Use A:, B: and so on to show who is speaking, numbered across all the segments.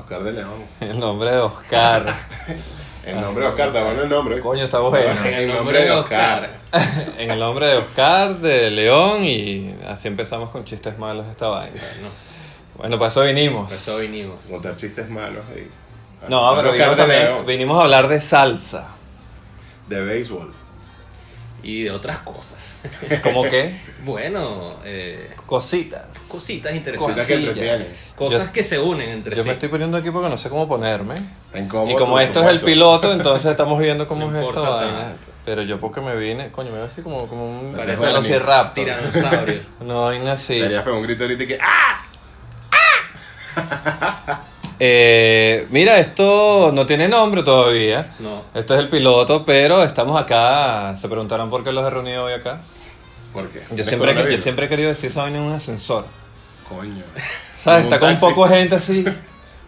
A: Oscar de León.
B: El nombre de Oscar.
A: El nombre de Oscar, está bueno el nombre.
B: Coño, está bueno.
A: El nombre de Oscar.
B: en el nombre de Oscar, de León, y así empezamos con chistes malos esta vaina.
C: Bueno,
B: Bueno, para eso vinimos.
C: por eso vinimos.
A: Contar chistes malos ahí.
B: No, pero
A: Oscar de
B: vinimos, también-
A: León.
B: vinimos a hablar de salsa.
A: De béisbol.
C: Y de otras cosas.
B: ¿Cómo qué?
C: bueno, eh,
B: Cositas.
C: cositas interesantes.
A: Cosas
B: Cosillas.
A: que entretienen.
C: Cosas
B: Yo-
C: que se unen entre
B: Yo
C: sí.
B: me estoy poniendo aquí porque no sé cómo ponerme.
A: Está incómodo,
B: y como
A: por
B: esto es el
A: supuesto.
B: piloto, entonces estamos viendo cómo es
C: No
B: esta
C: importa
B: vaina.
C: tanto.
B: Pero yo porque me vine, coño, me veo así como, como un
A: Parece
B: velociraptor.
C: Tiranosaurio.
B: No, vaina así.
A: Deberías pegar un grito ahorita y que ¡Ah!
B: Eh, mira, esto no tiene nombre todavía.
C: No.
B: Esto Este es el piloto, pero estamos acá. Se preguntarán por qué los he reunido hoy acá.
A: ¿Por qué?
B: Yo
A: ¿Es
B: siempre, yo
A: coronavirus?
B: siempre he querido decir esa vaina en un ascensor.
A: Coño.
B: ¿Sabes?
A: Como
B: Está con
A: taxi.
B: poco gente así.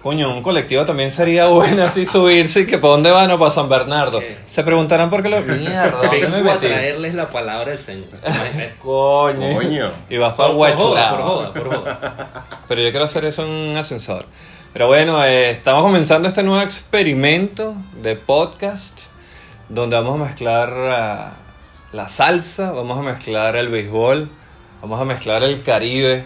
B: Coño, un colectivo también sería bueno así subirse y que para dónde van o para San Bernardo.
C: ¿Qué?
B: Se preguntarán por qué los. Mierda, ¿dónde me
C: Vengo a
B: metí?
C: traerles la palabra del Señor.
B: Coño.
A: Coño.
B: Y vas para
C: por, por joda, por
B: Guachurao.
C: joda, por joda.
B: Pero yo quiero hacer eso en un ascensor. Pero bueno, eh, estamos comenzando este nuevo experimento de podcast donde vamos a mezclar ah, la salsa, vamos a mezclar el béisbol, vamos a mezclar el Caribe,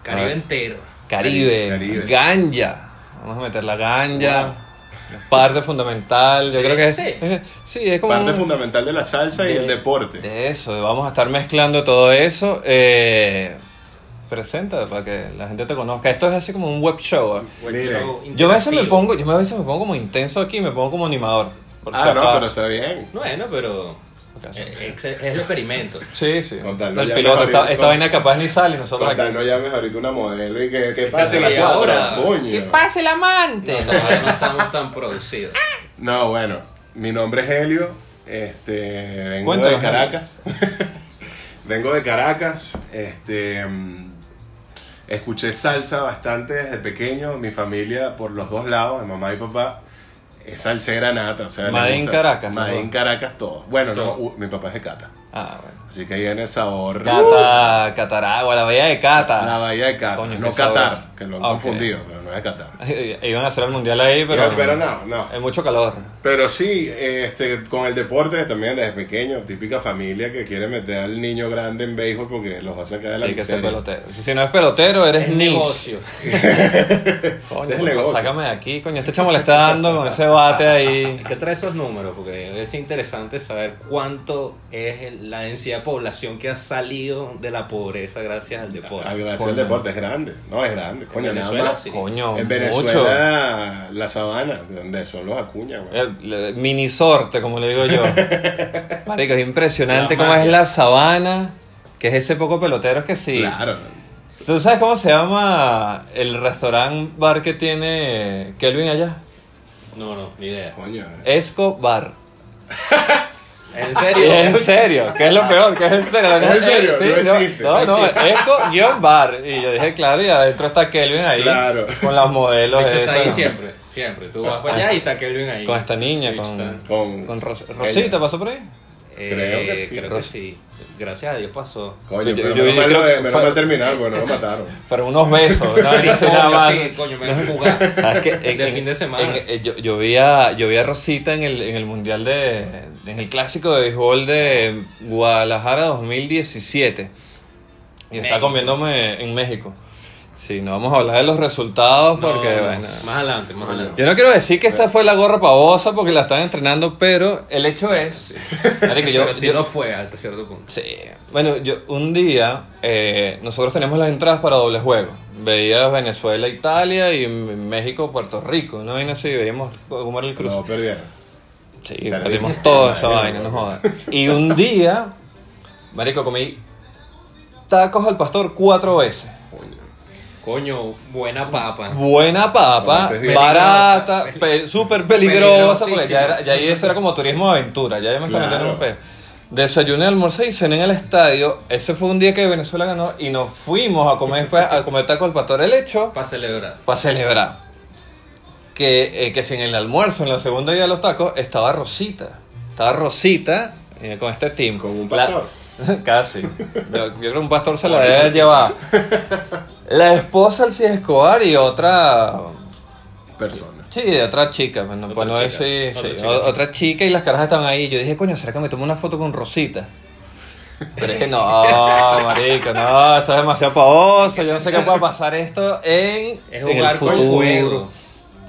B: A
C: Caribe
B: ver.
C: entero.
B: Caribe,
A: Caribe.
B: ganja. Vamos a meter la ganja. Parte fundamental, yo creo que es,
C: Sí.
B: es- sí, es como
A: Parte
B: un-
A: fundamental de la salsa y
B: de-
A: el deporte.
B: de eso, vamos a estar mezclando todo eso. Eh, presenta para que la gente te conozca. Esto es así como un web show. ¿eh?
A: Miren.
C: Show
B: Yo a veces me
C: interactivo.
B: pongo, yo a veces me pongo como intenso aquí, me pongo como animador. Por si
A: Ah, no,
B: acaso.
A: pero está bien.
C: Bueno, pero.
B: Ok, sí.
C: eh, Es, es el experimento.
B: Sí, sí.
A: Eh, Con tal no
B: el
A: ya
B: piloto,
A: mejor
B: esta,
A: ir-
B: esta
A: con-
B: vaina capaz ni sale, nosotros
A: Con tal
B: aquí.
A: no llames ahorita una modelo y que, que
C: Esa
A: pase la
C: sería
A: cuadra.
C: ahora.
A: Coño.
B: el amante!
C: No, no estamos tan producidos.
A: No, bueno, mi nombre es Helio, este, vengo
B: Cuéntanos,
A: de Caracas. vengo de Caracas, este, mm, escuché salsa bastante desde pequeño, mi familia por los dos lados, mi mamá y papá, es salsera nata, o sea, les
B: Madre en
A: gusta-
B: Caracas,
A: Madre
B: ¿no?
A: en Caracas todos. Bueno, no,
C: Todo.
A: u- mi papá es de Cata,
B: Ah, bueno.
A: así que ahí viene el sabor.
B: Cata, Cataragua, la bahía de Cata.
A: La bahía de Cata,
B: Coño,
A: no
B: qué sabor.
A: Qatar, que lo han
B: Ah, ok.
A: confundido, pero no es Qatar.
B: Iban a hacer el mundial ahí, pero.
A: Pero- pero no, no.
B: Es mucho calor.
A: Pero sí, este, con el deporte también desde pequeño, típica familia que quiere meter al niño grande en béisbol porque los va a sacar de la
B: Hay que ser
A: miseria.
B: pelotero. Si, si no es pelotero, eres
C: Es
B: nice.
C: negocio.
B: Coño,
A: Ese es
B: por favor,
A: negocio.
B: sácame de aquí, coño. Este chamo le está dando con ese bate ahí.
C: Hay que traer esos números porque es interesante saber cuánto es el- la densidad de población que ha salido de la pobreza gracias al
A: Al
C: deporte.
A: Ah, gracias al
B: Coño.
A: deporte es grande. No, es grande. Coño, nada
C: Venezuela,
A: más.
C: sí.
B: Coño,
A: En
B: mucho.
A: Venezuela, la sabana, donde son los acuñas, güey.
B: El- le- mini sorte, como le digo yo. Marico, es impresionante
C: La
B: cómo
C: magia.
B: es la sabana, que es ese poco pelotero que sí.
A: Claro.
B: ¿Tú sabes cómo se llama el restaurante bar que tiene Kelvin allá?
C: No, no, ni idea.
A: Coño.
B: Esco Bar.
C: ¿En
B: Y
C: serio?
B: es en serio, que es lo peor, que es en serio.
A: ¿Es en serio? No es
B: no,
A: chiste,
B: no,
A: no
B: no,
A: es
B: Esco-bar. Y yo dije, claro, y adentro está Kelvin ahí.
A: Claro.
B: Con las modelos.
C: De hecho, está
B: esas,
C: ahí
B: ¿no?
C: siempre, siempre. Tú vas para allá y está Kelvin ahí.
B: Con esta niña,
C: Sí,
B: con,
C: está.
A: Con-
B: con Ros-
A: ella.
B: Rosita, ¿pasó por ahí?
C: Eh,
A: Creo que sí.
C: Creo que sí. Gracias a Dios pasó.
A: Coño,
B: Yo-
A: pero
B: yo-
A: menos
B: yo
A: mal
B: creo
A: lo de-
B: que
A: menos
B: fue-
A: mal terminaron porque no lo mataron.
B: Pero unos besos, una
C: Sí,
B: vaina así nada
C: coño,
B: más.
C: sí, coño, me fugaz.
B: ¿Sabes qué?
C: De fin de semana.
B: en- eh, yo, yo vi a, yo vi a Rosita en el, en el mundial de. en el clásico de béisbol de Guadalajara 2017. Y está
C: México.
B: comiéndome en México. Sí, no vamos a hablar de los resultados
C: No,
B: porque.
C: no,
B: bueno.
C: Más adelante, más adelante.
B: Yo no quiero decir que esta fue la gorra pavosa porque la están entrenando, pero el hecho es. Marico, yo-
C: Pero sí
B: yo-
C: lo fue hasta cierto punto.
B: Sí. Bueno, yo un día eh, nosotros teníamos las entradas para doble juego. Veías Venezuela, Italia y M- México, Puerto Rico. Una vaina así, veíamos cómo era el cruce.
A: No, perdieron.
B: sí,
A: perdí.
B: perdimos toda esa
A: Madre,
B: vaina,
A: no.
B: no jodas. Y un día, marico, comí tacos al pastor cuatro veces.
C: Coño, buena papa.
B: Buena papa,
A: Comiste bien.
B: barata,
C: Peligrosa,
B: pe- súper peligrosa, porque
C: Peligrosísima.
B: ya, era- ya ahí eso era como turismo de aventura, ya yo me estaba metiendo en un
A: Claro.
B: peo. Desayuné, almorcé y cené en el estadio. Ese fue un día que Venezuela ganó y nos fuimos a comer, pues, a comer taco al pastor. El hecho,
C: Para celebrar.
B: para celebrar, que, eh, que si en el almuerzo, en la segunda día de los tacos, estaba Rosita. Estaba Rosita eh, con este team.
A: Con un
B: La-
A: pastor.
B: casi. Yo, yo creo que un pastor se la debe llevar. La esposa del Cid Escobar y otra
A: personas.
B: Sí, de otra chica, bueno,
C: Otra
B: pues no es
C: chica.
B: sí, sí, o-
C: Otra
B: otra, chica,
C: chica, chica.
B: y las carajas estaban ahí. Yo dije, coño, ¿será que me tomo una foto con Rosita? Pero es que no, marico, no, esto es demasiado pavoso. Yo no sé qué pueda pasar esto en,
C: Es
B: en el
C: jugar con
B: futuro.
C: fuego.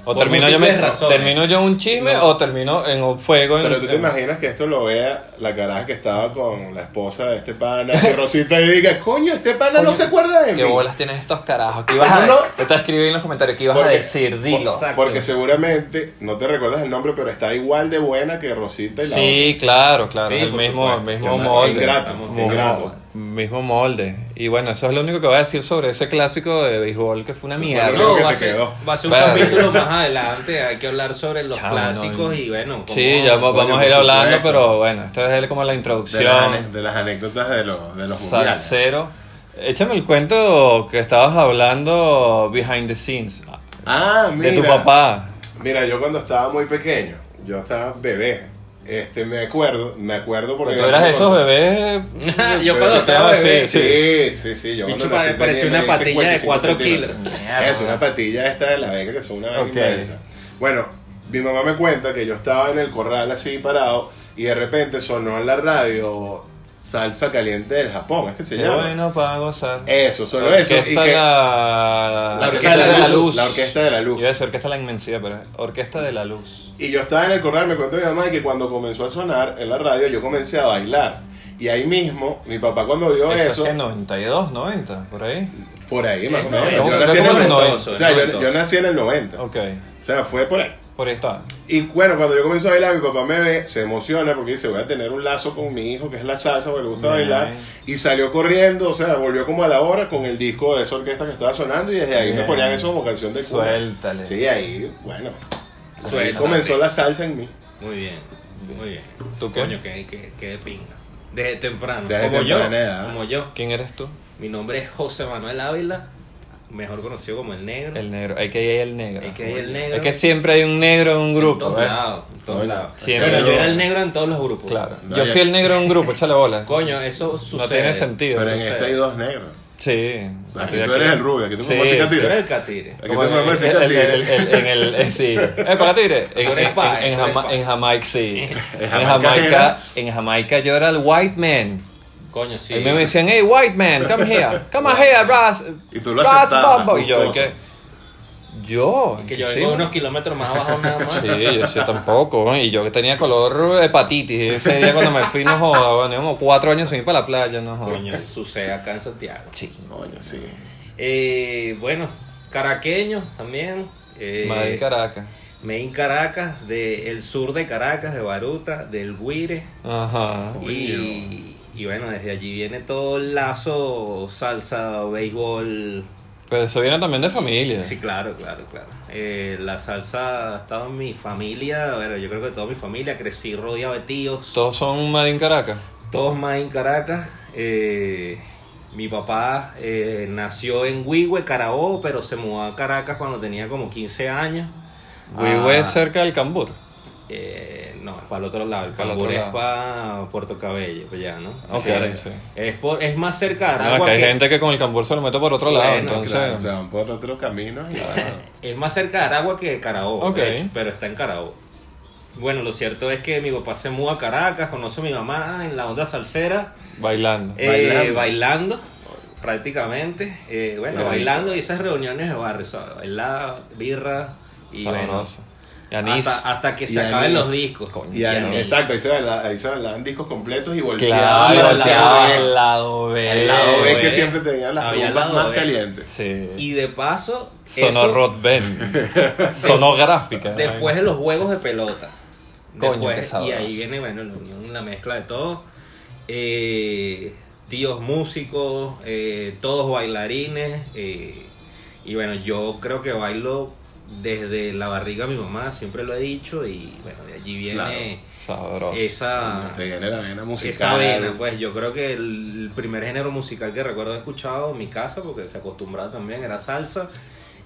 B: O
C: Por
B: termino yo, me,
C: múltiples razones.
B: termino yo en un chisme
C: No.
B: o termino en un fuego. en-
A: Pero tú te
B: en-
A: imaginas que esto lo vea la caraja que estaba con la esposa de este pana, que Rosita, y diga, coño, este pana no
B: Coño,
A: se acuerda de mí.
B: ¿Qué bolas tienes estos carajos? ¿Qué ibas a
A: No, no.
B: decir? Te escribí en los comentarios, ¿qué ibas a
A: Porque-
B: decir? Dilo.
C: Exacto.
A: Porque seguramente, no te recuerdas el nombre, pero está igual de buena que Rosita y la
B: Sí, claro, claro,
C: Sí,
B: es el
C: por
B: mismo, el
C: supuesto.
B: mismo
A: Es una-
B: molde.
A: ingrato,
B: Mo-
A: ingrato.
B: Mismo molde. Y bueno, eso es lo único que voy a decir sobre ese clásico de béisbol que fue una mierda.
A: lo único
C: No,
A: que
C: va a
A: te
C: ser,
A: quedó.
C: va a ser un
B: Claro.
C: capítulo más adelante. Hay que hablar sobre los
B: Chamo,
C: clásicos
B: no,
C: y bueno.
B: Sí,
C: cómo-
B: ya va-
A: coño,
B: vamos a ir
A: por
B: hablando,
A: supuesto.
B: pero bueno, esta es como la
A: de, las, ane-
B: introducción.
A: de las anécdotas de los, de los mundiales.
B: Salsero. Échame el cuento que estabas hablando behind the scenes.
A: Ah, mira.
B: De tu papá.
A: Mira, yo cuando estaba muy pequeño, yo estaba bebé. Este, me acuerdo, me acuerdo porque...
B: Porque tú eras esos bebés.
C: Yo cuando estaba
B: Sí,
C: bebé,
B: sí.
A: Sí, sí, sí. Yo
C: Bicho,
A: cuando nací
C: pare- parecía
A: tenía-
C: una
A: medía
C: patilla de
A: 55
C: cuatro
A: centímetros.
C: kilos.
A: Es una patilla esta de la vega que son una vaina
B: Ok.
A: inmensa. Bueno, mi mamá me cuenta que yo estaba en el corral así parado y de repente sonó en la radio salsa caliente del Japón, es que se
B: Qué
A: llama.
B: bueno para gozar.
A: Eso, solo eso. Y
B: Orquesta
A: que-
B: la...
A: La Orquesta de la Luz. La Orquesta de la Luz.
B: Yo iba a decir Orquesta de la Inmensidad, pero es Orquesta de la Luz.
A: Y yo estaba en el corral, me contó mi mamá que cuando comenzó a sonar en la radio yo comencé a bailar. Y ahí mismo, mi papá cuando vio
B: Eso,
A: eso,
B: es que 92, 90, por ahí.
A: por ahí más o menos.
C: no,
A: Yo
B: no,
A: nací en
B: ¿cómo
A: el
B: los
A: 90.
C: 90?
A: O sea, yo,
C: Noventos.
A: yo nací en el 90.
B: Ok,
A: O sea, fue por ahí.
B: por ahí está.
A: Y bueno, cuando yo comienzo a bailar, mi papá me ve, se emociona porque dice, voy a tener un lazo con mi hijo, que es la salsa, porque le gusta
B: Bien.
A: bailar. Y salió corriendo, o sea, volvió como a la hora con el disco de esa orquesta que estaba sonando y desde ahí me
B: Bien.
A: ponían eso como canción de cuna.
B: Suéltale.
A: Sí, ahí, bueno. Ahí
C: Suéltate.
A: comenzó la salsa en mí.
C: Muy bien, muy bien.
B: ¿Tú qué?
C: Coño, que, que, que de pinga. Desde temprano.
A: Desde
C: como
A: temprana
C: yo.
A: edad.
C: Como yo.
B: ¿Quién eres tú?
C: Mi nombre es José Manuel Ávila, mejor conocido como el negro.
B: El negro. Hay que ir el negro.
C: AKA el negro.
B: Es que siempre hay un negro en un
C: En
B: grupo.
C: todos
B: ¿eh?
C: lados, pues. en todos
A: Bueno,
C: lados.
B: siempre
C: Pero yo
B: yo-
C: era el negro en todos los grupos.
B: Claro.
A: No,
B: Yo
A: ya-
B: fui el negro en un grupo, échale bola.
C: Coño, eso sucede.
B: no tiene sentido.
A: Pero en
C: sucede.
A: este hay dos negros.
B: Sí.
A: Aquí
B: Y
A: tú eres el rubio, aquí tú
B: Sí,
A: como así
C: Yo era
A: catira.
C: el catire.
A: Aquí tú
B: Como en
A: como
B: el,
A: así
B: el-
A: catira.
B: el- el- en el- eh, sí. Eh, para tigre. En,
C: Tú eres
B: en-
C: pa,
B: en- en
C: tú eres
B: Jama-
C: pa.
B: en Jamaica, sí. En
A: Jamaica
B: Jamaica,
A: eras.
B: en Jamaica yo era el white man.
C: Coño, sí.
B: Y me decían, hey, white man, come here. Come here, Brass.
A: Y tú lo
B: brass
A: aceptabas,
B: bumbo". Y yo,
A: gustoso.
B: ¿qué? Yo.
C: Que yo
B: sí,
C: vengo unos kilómetros más abajo nada más.
B: Sí, yo sí tampoco. ¿eh? Y yo que tenía color hepatitis. Ese día cuando me fui, no joda, bueno, íbamos cuatro años sin ir para la playa, no joda.
C: Coño, sucede acá en Santiago.
B: Sí.
A: Coño, sí.
C: Eh, bueno, caraqueño también. Eh,
B: Madrid, Caracas.
C: Medellín, Caracas, del sur de Caracas, de Baruta, del Guire.
B: Ajá.
C: Y, y bueno, desde allí viene todo el lazo, salsa, béisbol.
B: Pero eso viene también de familia.
C: Sí, claro, claro, claro. Eh, la salsa ha estado en mi familia, bueno, yo creo que toda mi familia, crecí rodeado de tíos,
B: Todos son Madrid, Caracas.
C: todos más en Caracas. Eh, mi papá eh, nació en Huihue, Carabobo, pero se mudó a Caracas cuando tenía como 15 años.
B: Huihue
C: Ah,
B: es cerca del Cambur.
C: Eh, no, es para el otro lado. El
B: Para el
C: Cambur
B: otro lado.
C: es para Puerto Cabello, pues ya, ¿no?
B: Ok,
C: Sí.
B: sí.
C: Es, por- es más cerca de
B: No,
C: Aragua.
B: es que hay
C: que-
B: gente que con el Cambur se lo mete por otro lado,
C: Bueno,
B: entonces.
A: Claro, se van por otros caminos y bueno.
C: Es más cerca de Aragua que de Carabobo,
B: Ok.
C: de hecho, pero está en Carabobo. Bueno, lo cierto es que mi papá se muda a Caracas, conoce a mi mamá en la onda salsera,
B: Bailando.
C: eh,
A: Bailando.
C: bailando, prácticamente. eh, bueno,
A: Qué rico.
C: bailando y esas reuniones de barrio, ¿sabes? Bailar, birra y bueno,
B: Sabroso. Y anís.
C: Hasta, hasta que se
A: Y
C: acaben
A: anís.
C: los discos. coño,
A: Y ahí-
C: anís.
A: exacto, ahí se, baila- ahí se bailaban discos completos y volteaban
B: Claro,
A: al lado
B: volteaba
A: B.
B: al lado B.
A: El lado B
C: B.
A: que siempre tenía las
C: Había
A: bombas
C: lado
A: más
C: B.
A: calientes.
B: Sí.
C: Y de paso,
B: Sonó
C: eso-
B: Rod Ben. Sonó gráfica.
C: Después de los juegos de pelota.
B: Coño,
C: Después-
B: qué sabroso.
C: y ahí viene, bueno, la unión, la mezcla de todo. Eh, tíos músicos, eh, todos bailarines. eh, y bueno, yo creo que bailo desde la barriga de mi mamá, siempre lo he dicho. Y bueno, de allí viene
B: Sabroso.
C: esa,
A: Te viene la vena musical.
C: Ah. esa vena. Pues yo creo que el primer género musical que recuerdo haber escuchado en mi casa, porque se acostumbraba también, era salsa.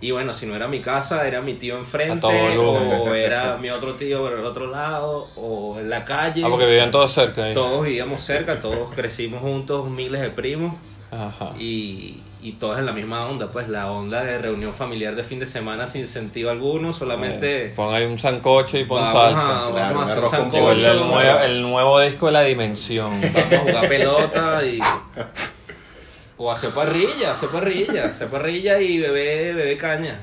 C: Y bueno, si no era mi casa, era mi tío
B: A
C: enfrente,
B: todo volumen.
C: o era mi otro tío por el otro lado, o en la calle.
B: Ah, porque vivían todos cerca ahí.
C: Todos vivíamos cerca, todos crecimos juntos, miles de primos.
B: Ajá.
C: Y, y todas en la misma onda, pues la onda de reunión familiar de fin de semana sin sentido alguno, solamente
B: Pon ahí un sancocho y pon
C: vamos,
B: salsa.
C: a,
A: Claro,
C: vamos a hacer
A: arroz con
B: Llegó
A: pollo,
B: el, el
C: sancocho,
A: nuevo-
B: nuevo, el nuevo disco de La Dimensión.
C: vamos a jugar pelota y... O hacer parrilla, hacer parrilla, hacer parrilla y beber, beber caña,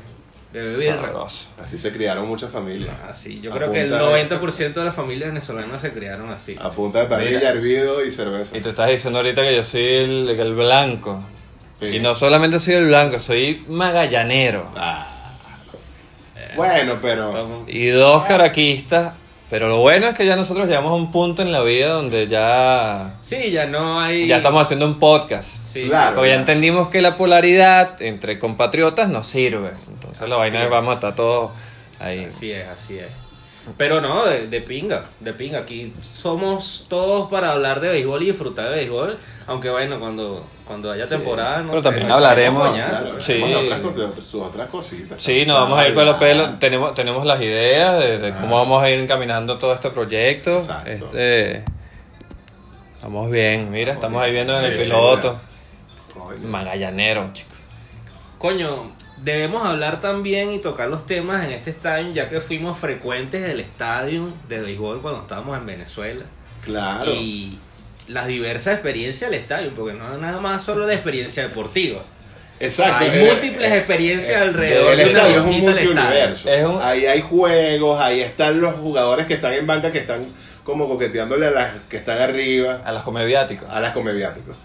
C: beber birra.
B: Sabroso.
A: Así se criaron muchas familias.
C: Así, yo
A: A
C: creo que el
A: punta de- Ah,
C: 90% de las familias venezolanas se criaron así.
A: A punta de parrilla,
C: Mira.
A: hervido y cerveza.
B: Y tú estás diciendo ahorita que yo soy el, el blanco.
A: Sí.
B: Y no solamente soy el blanco, soy magallanero.
A: Ah. Bueno, pero...
C: Todo-
B: Y dos caraquistas. Pero lo bueno es que ya nosotros llegamos a un punto en la vida donde ya,
C: Sí, ya no hay...
B: ya estamos haciendo un podcast.
C: Sí,
A: Claro.
B: Porque ya entendimos que la polaridad entre compatriotas no sirve. Entonces la
C: Así
B: vaina es
C: es.
B: vamos a estar todos ahí.
C: Así es, así es. Pero no, de, de pinga, de pinga. Aquí somos todos para hablar de béisbol y disfrutar de béisbol. Aunque bueno, cuando, cuando haya temporada, no
B: Pero
C: sé,
B: también
C: nos
B: hablaremos.
C: echamos coñazo.
A: Claro,
B: Sí.
A: bueno, otras cosas, sus otras cositas.
B: Sí, nos vamos a ir con los pelos. Tenemos, tenemos las ideas de, de cómo vamos a ir encaminando todo este proyecto.
A: Exacto.
B: Este, estamos bien, mira, estamos ahí viendo en
A: Sí,
B: el
A: sí,
B: piloto.
A: Coño.
B: Magallanero, chico.
C: Coño, debemos hablar también y tocar los temas en este estadio, ya que fuimos frecuentes del estadio de béisbol cuando estábamos en Venezuela.
A: Claro.
C: Y las diversas experiencias del estadio, porque no es nada más solo de experiencia deportiva.
A: Exacto.
C: Hay
A: eh,
C: múltiples
A: eh,
C: experiencias
A: eh,
C: alrededor
A: El
C: de una
A: estadio es un
C: visita al estadio.
A: multiuniverso.
B: Es un-
A: Ahí hay juegos, ahí están los jugadores que están en banca que están como coqueteándole a las que están arriba,
B: A las comediáticos.
A: a las comediáticos.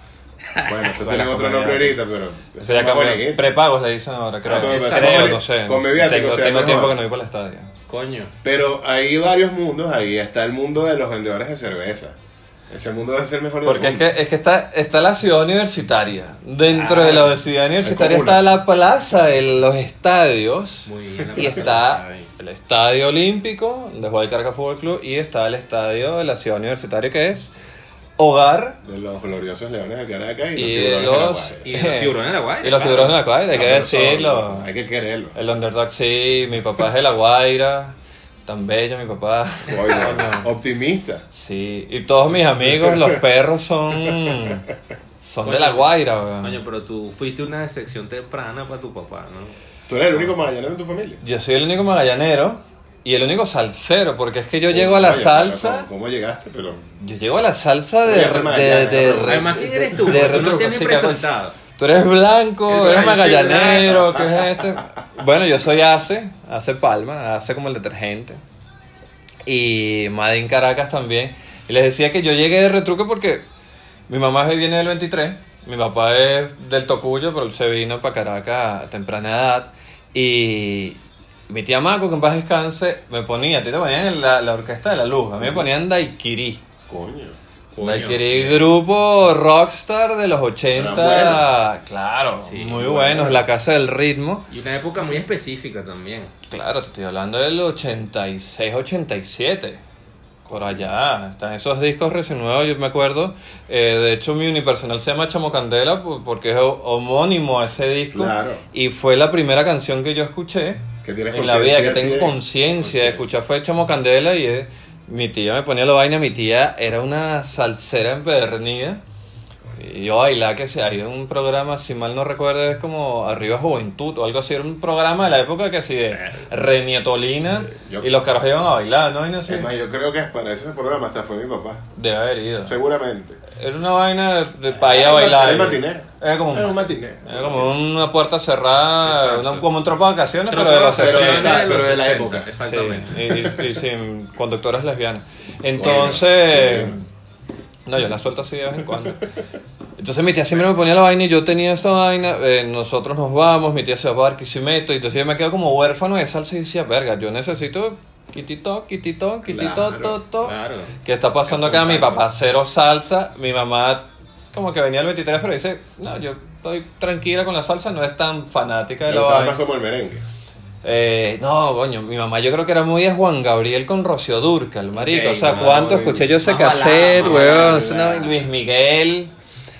A: Bueno, eso
B: A las
A: tiene otro nombre
B: comediáticos.
A: ahorita, pero.
B: Eso ya
A: más
B: cambió.
A: bonito.
B: Prepagos le dicen ahora, creo.
A: Ah, pero
B: Creo,
A: exacto.
B: no sé.
A: Comediáticos
B: Tengo,
A: se
B: tengo
A: llama.
B: tiempo que no voy para el estadio.
C: Coño.
A: Pero hay varios mundos, ahí está el mundo de los vendedores de cerveza. Ese mundo debe ser mejor
B: Porque
A: del
B: es que,
A: mundo.
B: es que está, está la ciudad universitaria. Dentro
A: Ah,
B: de la ciudad universitaria está
A: comunas.
B: la plaza de los estadios.
C: Muy bien. la
B: Y
C: plaza
B: está
C: ahí.
B: el Estadio Olímpico de Juan Caracas Fútbol Club y está el Estadio de la Ciudad Universitaria que es hogar
A: De los gloriosos leones de Caracas y,
B: y
A: los
B: de
A: tiburones de la
B: los,
A: Guaira.
C: Y los tiburones de la Guaira,
B: Y los tiburones de la Guaira,
C: claro.
B: hay
A: No,
B: que
A: pero son-
B: decirlo.
A: Hay que quererlo.
B: El Underdog sí, mi papá es de la Guaira, tan bello mi papá.
A: Coño, optimista.
B: Sí, y todos mis amigos, los perros son son de la Guaira. weón.
C: Coño, pero tú fuiste una decepción temprana para tu papá, ¿no?
A: Tú eres el único magallanero en tu familia.
B: Yo soy el único magallanero y el único salsero porque es que yo llego a la
A: Oye,
B: salsa
A: ¿Cómo, cómo llegaste? Pero.
B: Yo llego a la salsa
A: Oye,
B: de,
A: qué
B: de, de,
A: mañana,
B: de-
A: bro.
C: Además, ¿quién eres tú?
B: de
C: Tú no te
B: retro-
C: tienes
B: sí,
C: presentado.
B: Carlos. Tú eres blanco,
C: Eso,
B: eres
C: yo soy
B: magallanero, ¿qué es esto? Bueno, yo soy Ace, Ace Palma, Ace como el detergente. Y Madin Caracas también. Y les decía que yo llegué de retruque porque mi mamá viene del 23, mi papá es del Tocuyo, pero él se vino para Caracas a temprana edad. Y mi tía Maco, que en paz descanse, me ponía, a ti te ponían en la, la orquesta de la luz, a mí me ponían Daiquiri.
A: Coño.
C: Coño.
B: Valkyrie, grupo rockstar de los 80.
A: Eran
B: Claro,
C: Sí,
B: muy
C: bueno.
B: buenos. La casa del ritmo.
C: Y una época muy específica también.
B: Claro, te estoy hablando del 86, 87. Por allá, están esos discos recién nuevos, yo me acuerdo. Eh, de hecho, mi unipersonal se llama Chamo Candela po- porque es ho- homónimo a ese disco.
A: Claro.
B: Y fue la primera canción que yo escuché
A: Que tienes
B: en la vida, que
A: conciencia,
B: tengo
A: sí,
B: conciencia de
A: conciencia.
B: escuchar. Fue Chamo Candela y eh, mi tía me ponía la vaina. Mi tía era una salsera empedernida. Y yo bailaba que se ha ido un programa, si mal no recuerdo, es como Arriba Juventud o algo así. Era un programa de la época que así de Renietolina
A: Eh. Yo- Eh,
B: y los carros iban a bailar, ¿no? Y no sé.
A: Es más, yo creo que para ese programa hasta fue mi papá.
B: Debe haber ido.
A: Seguramente.
B: Era una vaina de, para ir a
A: Eh, Era un-
B: bailar.
A: Era un matiné.
B: Era como,
A: Era un matiné.
B: era como una puerta cerrada,
C: Exacto.
B: una- como un tropa de vacaciones,
C: Tropa
B: pero de
C: de
B: los
A: Pero,
C: vacaciones.
B: 60.
A: esa- pero de la
C: 60,
A: época.
C: Exactamente.
B: Sí, y, y- y sin conductoras lesbianas. Entonces.
A: Coño.
B: No, yo la suelto así de vez en cuando. Entonces mi tía siempre me ponía la vaina y yo tenía esta vaina. eh, nosotros nos vamos, mi tía se va para Barquisimeto. Y entonces yo me quedo como huérfano de salsa y decía, verga, yo necesito quitito, quitito, quitito,
A: Claro,
B: to, to.
C: claro.
B: ¿Qué está pasando acá? Mi
C: Contacto.
B: papá cero salsa, mi mamá como que venía el 23, pero dice, no, yo estoy tranquila con la salsa, no es tan fanática de
A: Pero
B: la
A: estaba
B: vaina.
A: más como el merengue.
B: Eh, no, coño, mi mamá yo creo que era muy de Juan Gabriel con Rocío Durca, el marico.
C: Ok,
B: o sea,
A: no,
B: ¿cuánto
A: muy-
B: escuché yo ese
C: más balada,
B: cassette,
C: más
B: weón?
A: balada.
B: Es una- Luis Miguel.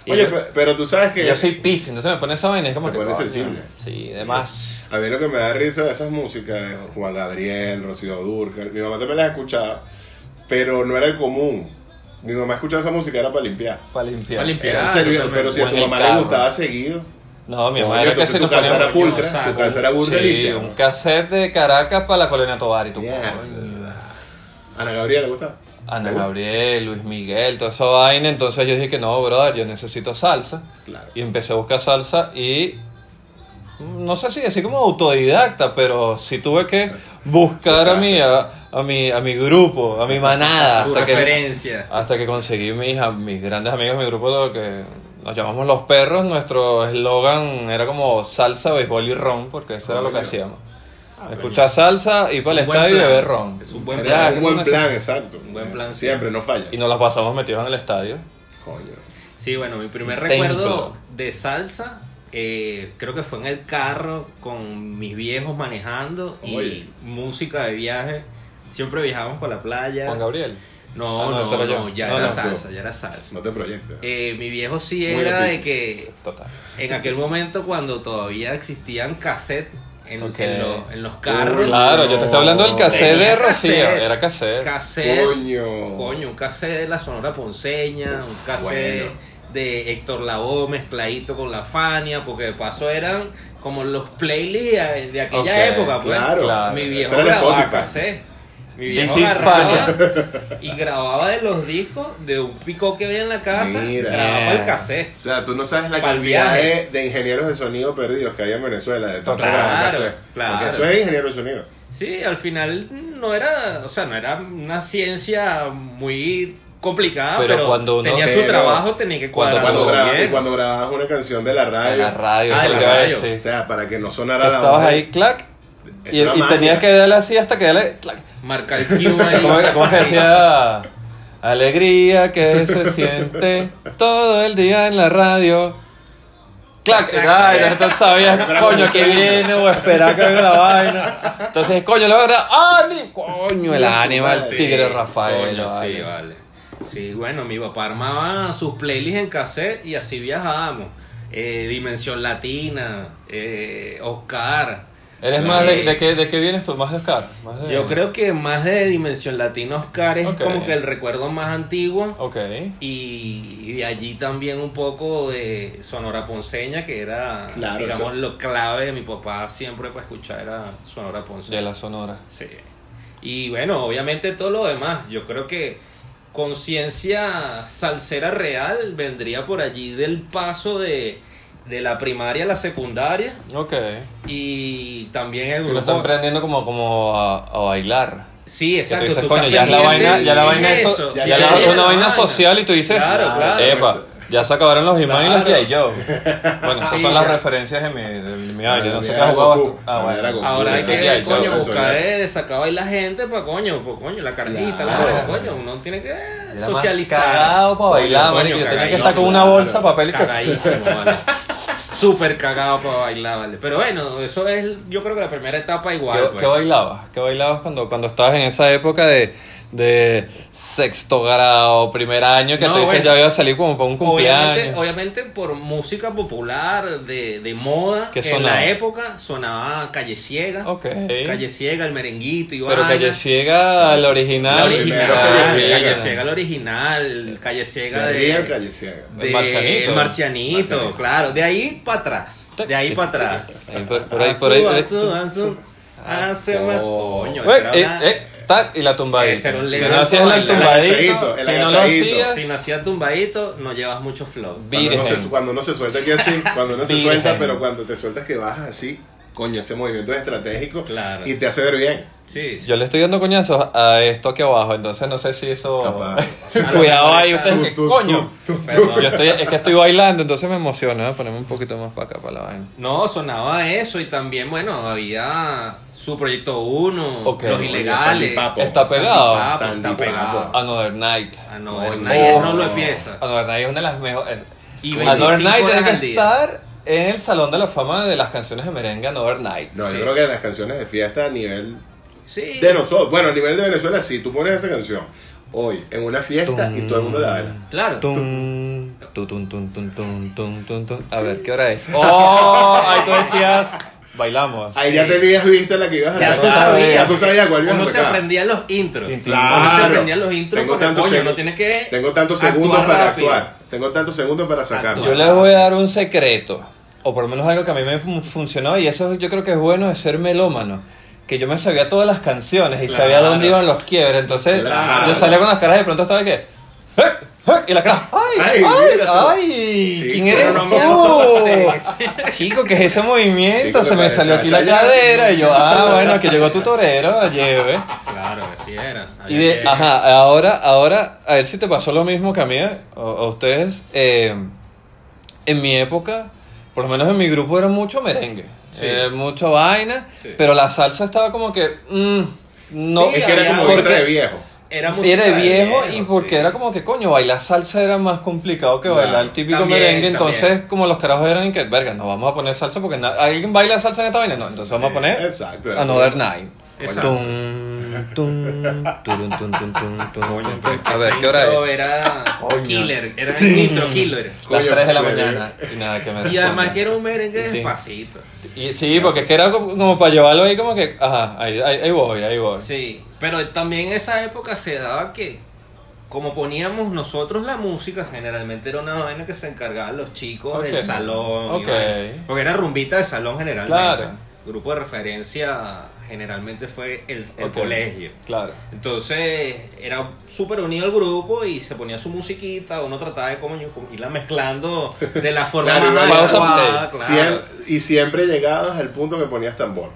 B: Y
A: Oye,
B: yo,
A: pe- pero tú sabes que.
B: yo soy piscis, entonces me pone esa vaina y es como
A: Te
B: que.
A: pone
B: coño,
A: sensible.
B: Sí, demás.
A: A mí lo que me da risa de esas músicas es Juan Gabriel, Rocío Dúrcal. Mi mamá también las escuchaba, pero no era el común. Mi mamá escuchaba esa música era para limpiar.
B: Para limpiar.
C: Pa' limpiar.
A: Eso
C: Claro,
A: servía,
C: totalmente.
A: pero si
B: O
A: a
B: en
A: tu
B: el
A: mamá le
B: carro.
A: gustaba seguido,
B: No, mi
A: Coño,
B: mamá era que
A: entonces
B: se
A: tu
B: lo
A: calza
B: ponía
A: era
B: muy-
A: pulcra, tu calza era burda
B: Sí,
A: limpia.
B: un cassette de Caracas para la colonia Tobar y tu coño.
A: Mierda. Ana Gabriela, ¿le gusta?
B: Ana Gabriel, Luis Miguel, toda esa vaina. Entonces yo dije que no, brother, yo necesito salsa.
A: Claro.
B: Y empecé a buscar salsa y. mm, No sé si así como autodidacta, pero sí tuve que buscar a mi, a, a mi, a mi grupo, a mi manada.
C: Tu
B: hasta que-
C: referencia.
B: hasta que conseguí mis, am- mis grandes amigos, mi grupo, lo que nos llamamos Los Perros. Nuestro eslogan era como salsa, béisbol y ron, porque eso era lo que
A: Coño.
B: hacíamos. Escuchar salsa, ir para el
C: Ah, un buen
B: estadio y
C: plan.
B: beber ron.
C: Es un
B: Ya,
C: buen
A: Ah, Era un
B: era
A: buen
B: una-
A: plan, exacto. Un
C: buen plan, sí.
A: Siempre, no falla.
B: Y nos las pasamos metidos en el estadio.
A: Coño.
C: Sí, bueno, mi primer
B: Templo.
C: recuerdo de salsa eh, creo que fue en el carro con mis viejos manejando y
A: Oye.
C: música de viaje. Siempre viajábamos para la playa.
B: Juan Gabriel.
C: No,
B: Ah, no,
C: no,
B: eso era
C: no,
B: yo.
C: ya
B: No,
C: era
B: no,
C: salsa,
B: tú.
C: ya era salsa.
A: No te proyectes.
C: Eh, mi viejo sí
A: Muy
C: era de
A: Otis.
C: que
B: Total.
C: en aquel momento cuando todavía existían cassette en,
B: Ok.
C: en los, en los carros.
B: Claro, yo te estoy hablando del cassette de
C: Tenía
B: Rocío.
C: cassette.
B: Era cassette.
C: Cassette.
A: Coño.
C: Coño, un cassette de la Sonora Ponceña, un cassette
A: bueno.
C: de Héctor Lavoe mezcladito con la Fania, porque de paso eran como los playlists de de aquella
B: Ok,
C: época, pues.
A: claro.
B: Claro.
C: Mi
A: Eso
C: viejo
A: era el
C: grababa
A: Spotify.
C: cassette. Mi
B: This
C: viejo
B: is
C: agarraba y grababa de los discos de un pico que había en la casa,
A: Mira.
C: grababa el cassette.
A: O sea, tú no sabes la
C: Pa'l
A: cantidad
C: viaje.
A: de, de ingenieros de sonido perdidos que hay en Venezuela. De tanto
B: Claro,
A: trabajo que hacer.
C: claro.
A: Porque eso es ingeniero de sonido.
C: Sí, al final no era, o sea, no era una ciencia muy complicada,
B: Pero
C: pero,
B: cuando uno-
C: tenía su
A: pero-
C: trabajo, tenía que
B: cuando-
C: cuadrar
A: Cuando,
C: todo
A: grabas,
C: bien.
A: cuando grababas una canción de la radio.
B: De la radio.
C: Ah,
B: eso
C: de
B: te
C: la
B: iba a
C: radio.
B: decir.
A: O sea, para que no sonara
B: Que
A: la
B: estabas
A: voz.
B: ahí, clac.
A: Es
B: Y,
A: una
B: y
A: magia.
B: tenías que darle así hasta que darle clac.
C: Marcar el cue ahí.
B: ¿Cómo, era- cómo es que decía? Alegría que se siente todo el día en la radio. ¡Clac! Ay, ya tú sabías, coño, que viene o esperar que venga la vaina. Entonces, coño, la verdad, ¡ani! ¡Coño! El ánima del
C: Sí,
B: tigre Rafael.
C: coño,
B: vale.
C: Sí, vale. Sí, bueno, mi papá armaba sus playlists en cassette y así viajábamos. Eh, Dimensión Latina, eh, Oscar.
B: ¿Eres más de,
C: Eh,
B: de qué, de qué vienes tú? ¿Más de Oscar? ¿Más de-
C: Yo creo que más de Dimensión Latina, Oscar es
B: Eh. Ok.
C: como que el recuerdo más antiguo.
B: Ok.
C: Y, y de allí también un poco de Sonora Ponceña, que era,
A: Claro,
C: digamos,
A: eso-
C: lo clave de mi papá siempre para escuchar era Sonora Ponceña.
B: De la Sonora.
C: Sí. Y bueno, obviamente todo lo demás. Yo creo que conciencia salsera real vendría por allí del paso de, de la primaria a la secundaria
B: Ok.
C: y también el
B: Tú lo estás
C: grupo.
B: aprendiendo como, como a, a bailar.
C: Sí,
B: Que tú
C: exacto.
B: dices,
C: tú
B: coño, ya es
C: estás
B: la vaina, ya la
C: pendiente
B: vaina
C: de
B: eso,
C: eso,
B: ya
A: ya
B: la-
A: sería
B: una
A: la
B: vaina social y tú dices,
C: Claro, claro.
B: epa,
A: eso.
B: ya se acabaron los Iman y los
C: Claro.
B: G.I. Joe. Bueno, esas
C: Sí,
B: son las
C: ya.
B: referencias de mi, de mi año,
A: Bueno,
B: no sé qué
A: era
B: has jugado.
A: Goku.
B: Ah,
A: Bueno, era
B: bueno.
A: Goku.
C: Ahora hay
A: Ya,
C: que,
B: ya, ya,
C: coño,
B: ya,
C: buscar
A: ya.
C: de sacar ahí la gente para coño, pa' coño, la carnita,
A: Claro.
C: la joda, coño, uno tiene que
B: Era más
C: socializar.
B: cagado para bailar, marico, yo tenía que estar con una bolsa, papel y co-
C: Cagadísimo, vale. Súper cagado para bailar, vale. Pero bueno, eso es, yo creo que la primera etapa igual,
B: ¿Qué,
C: pues.
B: qué bailabas? ¿Qué bailabas cuando, cuando estabas en esa época de, de sexto grado, primer año, que
C: No,
B: tú dices
C: bueno.
B: ya voy a salir como para un
C: Obviamente,
B: cumpleaños?
C: obviamente por música popular, de, de moda,
B: ¿Qué
C: en
B: sonaba?
C: la época sonaba Calle Ciega.
B: Ok.
C: Calle Ciega, el merenguito y
B: Pero
C: vaina.
B: Calle Ciega, la
C: La
B: original.
C: original,
A: Primero Calle Ciega.
C: Calle Ciega, la original, Calle Ciega
A: De
C: de,
A: Río, Calle Ciega.
C: de-
B: El Marcianito.
C: el Marcianito,
A: Marcianito.
C: claro, de ahí para atrás, de ahí para atrás.
B: Ahí Por, por
C: Ah,
B: ahí, por ahí. por ahí.
C: Azul, azul, azul,
B: Oh.
C: más- Coño,
B: Ué,
C: esa era
B: eh,
C: una-
B: eh, tac, y la tumbadita.
C: Ese era un
B: Si
C: lento
B: no hacías la
C: bailar.
B: tumbadita,
A: Agachadito, el
B: si no lo
A: agachadito.
B: hacías,
C: Si no hacía tumbadito, no llevas mucho flow.
A: Cuando no, se,
B: virgen.
A: cuando no se suelta aquí así, cuando no se
B: Virgen.
A: suelta, pero cuando te sueltas que bajas así, coño, ese movimiento es estratégico
C: Claro.
A: y te hace ver bien.
C: Sí, sí.
B: Yo le estoy dando coñazos a esto aquí abajo, entonces no sé si eso.
A: Capaz.
B: Cuidado ahí, ustedes
A: Tú,
B: que
A: tú,
B: coño.
A: tú, tú,
B: Perdón, Yo estoy, es que estoy bailando, entonces me emociona. Voy a ponerme un poquito más para acá, para la vaina.
C: No, sonaba eso y también, bueno, había su proyecto 1,
B: Ok.
C: Los
B: Oye,
C: Ilegales.
A: Sandy Papo.
B: Está pegado.
C: Sandy Papo,
A: Sandy
C: está pegado.
A: Papo.
B: Another Night.
C: Ah, no, de
A: Coño.
C: Nayar
B: Oh.
C: no lo empieza.
B: Another Night es una de las mejores.
C: Y 25
B: Another Night
C: horas
B: tiene
C: al
B: que
C: día.
B: estar en el salón de la fama de las canciones de merengue Another Night.
A: No,
C: Sí.
A: yo creo que las canciones de fiesta a nivel
C: Sí.
A: de nosotros, bueno, a nivel de Venezuela, sí, tú pones esa canción hoy en una fiesta y todo el mundo la baila.
C: Claro.
B: Tum, tu, tum, tum, tum, tum, tum, tum, tum. A ver, ¿qué hora es? ¡Oh! Ahí tú decías, bailamos.
A: Ahí ya tenías vista la que ibas a
C: Ya
A: sacar.
C: tú sabías.
A: Ya tú sabías cuál ibas
C: Uno
A: a
C: se
A: sacar.
C: aprendía los intros.
B: Tin, tin.
A: Claro.
C: Uno se aprendía los intros
A: Tengo
C: porque,
A: tantos
C: coño,
A: seg-
C: no tienes que
A: Tengo tantos
C: actuar
A: segundos para
C: rápido.
A: actuar. Tengo tantos segundos para sacarlo.
B: Yo les voy a dar un secreto. o por lo menos algo que a mí me fun- funcionó, y eso yo creo que es bueno de ser melómano. Que yo me sabía todas las canciones y
C: Claro.
B: sabía dónde iban los quiebres. Entonces
A: Claro.
B: yo salía con las caras y de pronto estaba que. "Eh, eh", Y la cara, ¡ay!
A: Ay,
B: ¡ay!
A: mira,
B: ay,
A: sí,
B: ¿Quién
A: con
B: eres
A: los
B: tú?
C: nombres.
B: Chico, ¿qué es ese movimiento?
A: Chico,
B: Se
A: me
B: me
A: parece
B: salió aquí la
A: Chayanne.
B: cadera. Y yo, ah, bueno, que llegó tu torero, lleve.
C: Claro, así era.
B: Y
C: Había
B: de,
C: que-
B: ajá, ahora, ahora, a ver si te pasó lo mismo que a mí, eh, o a ustedes. eh, en mi época, por lo menos en mi grupo era mucho merengue,
C: Sí.
B: eh, mucha vaina,
C: Sí.
B: pero la salsa estaba como que, mm, no,
C: Sí,
A: Es que era como
B: porque
A: vista de viejo.
C: Era,
B: era
C: música
B: de viejo y
C: sí.
B: porque era como que, coño, bailar salsa era más complicado que
A: Claro,
B: bailar el típico
C: también,
B: merengue, entonces
C: también.
B: como los carajos eran que, verga, no vamos a poner salsa porque na- alguien baila salsa en esta vaina, no, entonces vamos a poner
A: Exacto. era
B: Another
A: como-
B: Nine.
C: Exacto.
B: Tum, tum, turun, tum, tum, tum, tum,
C: Coño,
B: tum,
C: pero
B: tum.
C: es que
B: A ver,
C: ese
B: ¿qué hora
C: intro
B: es?
C: Era
B: Coño.
C: killer, era
B: Sí.
C: intro killer.
B: Las
A: Coño,
B: 3 de la
A: plebe.
B: mañana. Y nada, que me
C: Y además
B: respondan.
C: que era un merengue
B: Sí.
C: despacito.
B: Y- Sí, porque es que era como, como para llevarlo ahí como que... Ajá, ahí, ahí, ahí voy, ahí voy.
C: Sí, pero también en esa época se daba que, como poníamos nosotros la música, generalmente era una vaina que se encargaban los chicos
B: Ok.
C: del salón. y
B: Ok.
C: vaina. porque era rumbita de salón generalmente.
B: Claro.
C: Grupo de referencia generalmente fue el, el
B: Ok.
C: colegio.
B: Claro.
C: Entonces era súper unido el grupo y se ponía su musiquita, uno trataba de como irla mezclando de la forma
A: Claro,
C: más
A: igual.
C: adecuada.
A: Siem-
C: claro.
A: y siempre llegabas al punto que ponías tambor.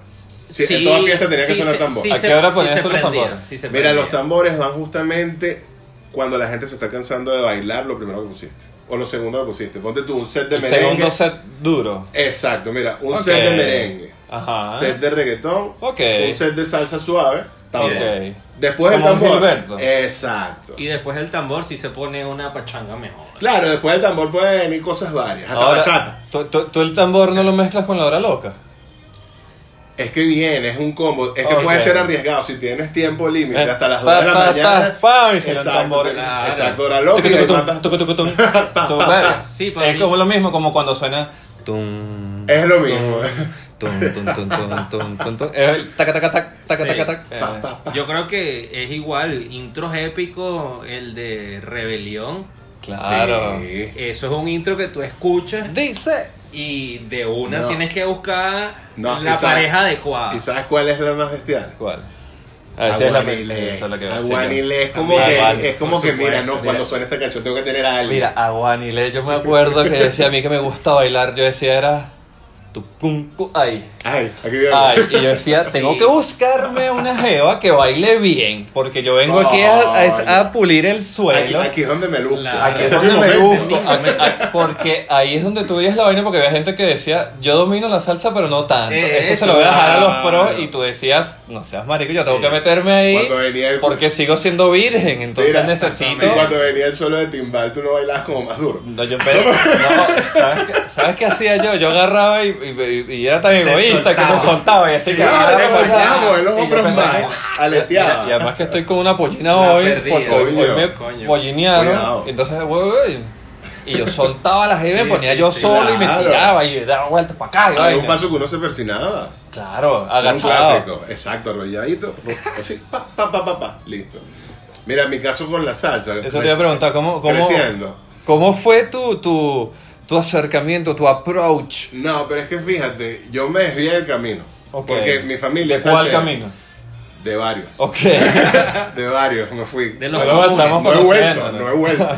A: Si-
C: Sí,
A: en toda fiesta tenía
C: sí,
A: que sonar
C: sí,
A: tambor.
C: sí
B: ¿A
C: se-
B: qué hora
C: sí
B: ponías
C: se
B: tú los
C: prendía,
B: tambores?
C: sí se
A: Mira, los
C: prendía.
A: tambores van justamente cuando la gente se está cansando de bailar, lo primero que pusiste. O lo segundo que pusiste. Ponte tú un set de
B: El
A: merengue.
B: segundo set duro.
A: Exacto, mira, un
B: Ok.
A: set de merengue.
B: Ajá.
A: Set de reggaetón.
B: Ok.
A: Un set de salsa suave. Tambor.
B: Ok.
A: Después del
B: Como un
A: tambor.
B: Gilberto.
A: Exacto.
C: Y después el tambor si se pone una pachanga mejor.
A: Claro, después del tambor pueden venir cosas varias. Hasta bachata.
B: ¿tú, tú, tú el tambor no lo mezclas con la hora loca?
A: Es que viene, es un combo. Es que
B: Ok.
A: puede ser arriesgado si tienes tiempo límite
B: Eh,
A: hasta las
B: pa,
A: 2 de la
B: pa,
A: mañana.
B: pa, pa, y se lo
A: exacto,
B: tambores.
A: te-
B: Claro.
A: exacto, hora loca y ahí matas-
C: Sí,
B: Sí,
C: para
B: es
C: mí-
B: como lo mismo, como cuando suena. tum,
A: Es lo mismo.
B: tum, tum, tum, tum, tum, tum, tum. Es el taca, taca, tac, taca,
C: Sí.
B: taca, tac. Eh,
A: Pa, pa, pa.
C: Yo creo que es igual, intros épicos, el de Rebelión.
B: Claro.
A: Sí.
C: Eso es un intro que tú escuchas
B: Dice.
C: y de una
A: No.
C: tienes que buscar
A: No,
C: la
A: y sabes-
C: pareja adecuada.
A: ¿Y sabes cuál es la más bestial?
B: Ah. ¿Cuál? A ver si es la
A: Aguanile.
B: esa es la que va a ser. Ah,
A: Aguanile es como
B: También.
A: que,
B: Aguanile,
A: es como
C: por
A: que mira,
C: supuesto,
A: no,
C: mira.
A: cuando suena esta canción tengo que tener a alguien.
B: Mira, Aguanile, yo me acuerdo que decía a mí que me gusta bailar, yo decía era. tu, cum, cu, Ay.
A: Ay, aquí viene.
B: Ay, y yo decía, tengo
C: Sí.
B: que buscarme una jeva que baile bien, porque yo vengo aquí a, a- a pulir el
A: aquí,
B: suelo.
A: aquí es donde me luzco.
C: Claro.
B: Aquí es
A: Este
B: donde
A: mi
B: me
A: momento.
B: busco. aquí- aquí- porque ahí es donde tú veías la vaina, porque había gente que decía, yo domino la salsa, pero no tanto.
C: Eh,
B: eso, se
C: eso,
B: lo voy a dejar a los
A: ah, claro.
B: pros y tú decías, no seas marico, yo tengo
C: Sí.
B: que meterme
A: Cuando
B: ahí
A: venía el-
B: porque sigo siendo virgen, entonces
A: Mira,
B: necesito...
A: Y cuando venía el solo de timbal, tú no bailabas como más duro.
B: No, yo empe- no, ¿sabes, qué, ¿sabes qué hacía yo? Yo agarraba y, y- y era tan egoísta que me
C: soltaba.
B: soltaba y así que...
A: Claro,
B: agarraba y
A: como
B: volteaba.
A: chamo,
B: Y
A: los
B: yo
A: hombros
B: pensaba
A: más.
B: que-
A: Aleteaba.
B: y además que estoy con una pollina
C: La
B: hoy,
C: perdí,
B: porque
A: coño,
B: hoy me
C: coño.
B: pollinearon,
A: Cuidado.
B: entonces, güey, güey, y yo soltaba la jeva y
C: Sí,
B: me ponía
C: sí,
B: yo
C: sí,
B: solo y me
A: claro.
B: tiraba y daba vueltas para acá. y
A: Había un
B: vaina.
A: paso que uno se persinaba.
B: Claro,
A: Eso es un
B: agachado.
A: clásico. Exacto, arrodilladito. Así, pa, pa, pa, pa, pa. Listo. Mira, en mi caso con la salsa.
B: Eso te iba a preguntar, ¿cómo, cómo,
A: Creciendo.
B: cómo fue tu, tu, tu acercamiento, tu approach?
A: No, pero es que fíjate, yo me desvié del camino.
B: Ok.
A: Porque mi familia es
B: ¿Cuál
A: salsera.
B: camino?
A: De varios.
B: Ok.
A: De varios, me fui.
C: De los
B: Pero
C: comunes.
B: estamos
A: no he
B: conociendo,
A: vuelto, no he vuelto.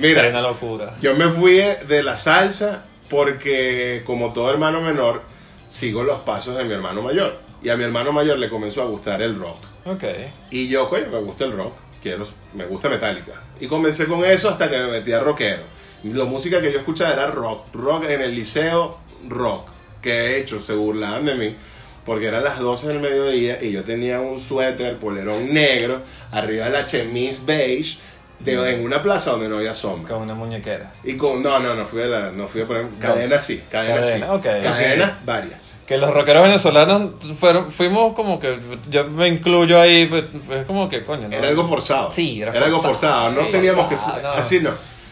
B: Era una
A: Mira,
B: locura.
A: yo me fui de la salsa porque, como todo hermano menor, sigo los pasos de mi hermano mayor. Y a mi hermano mayor le comenzó a gustar el rock.
B: Ok.
A: Y yo, coño, me gusta el rock, quiero, me gusta Metallica. Y comencé con eso hasta que me metí a rockero. La música que yo escuchaba era rock, rock en el liceo, rock. Que de hecho se burlaban de mí porque eran las 12 del mediodía y yo tenía un suéter, polerón negro, arriba de la chemise beige, de, en una plaza donde no había sombra.
B: Con una muñequera.
A: Y con, no, no, no fui a, la, no fui a poner, cadenas sí, cadenas sí.
B: Cadena, ok.
A: Cadenas varias.
B: Que los rockeros venezolanos fueron, fuimos como que, yo me incluyo ahí, pues, es como que coño. ¿no?
A: Era algo forzado.
B: Sí, era
A: algo
B: forzado.
A: forzado. No
B: Sí,
A: teníamos que
B: forzado,
A: ser-
B: no.
A: así no.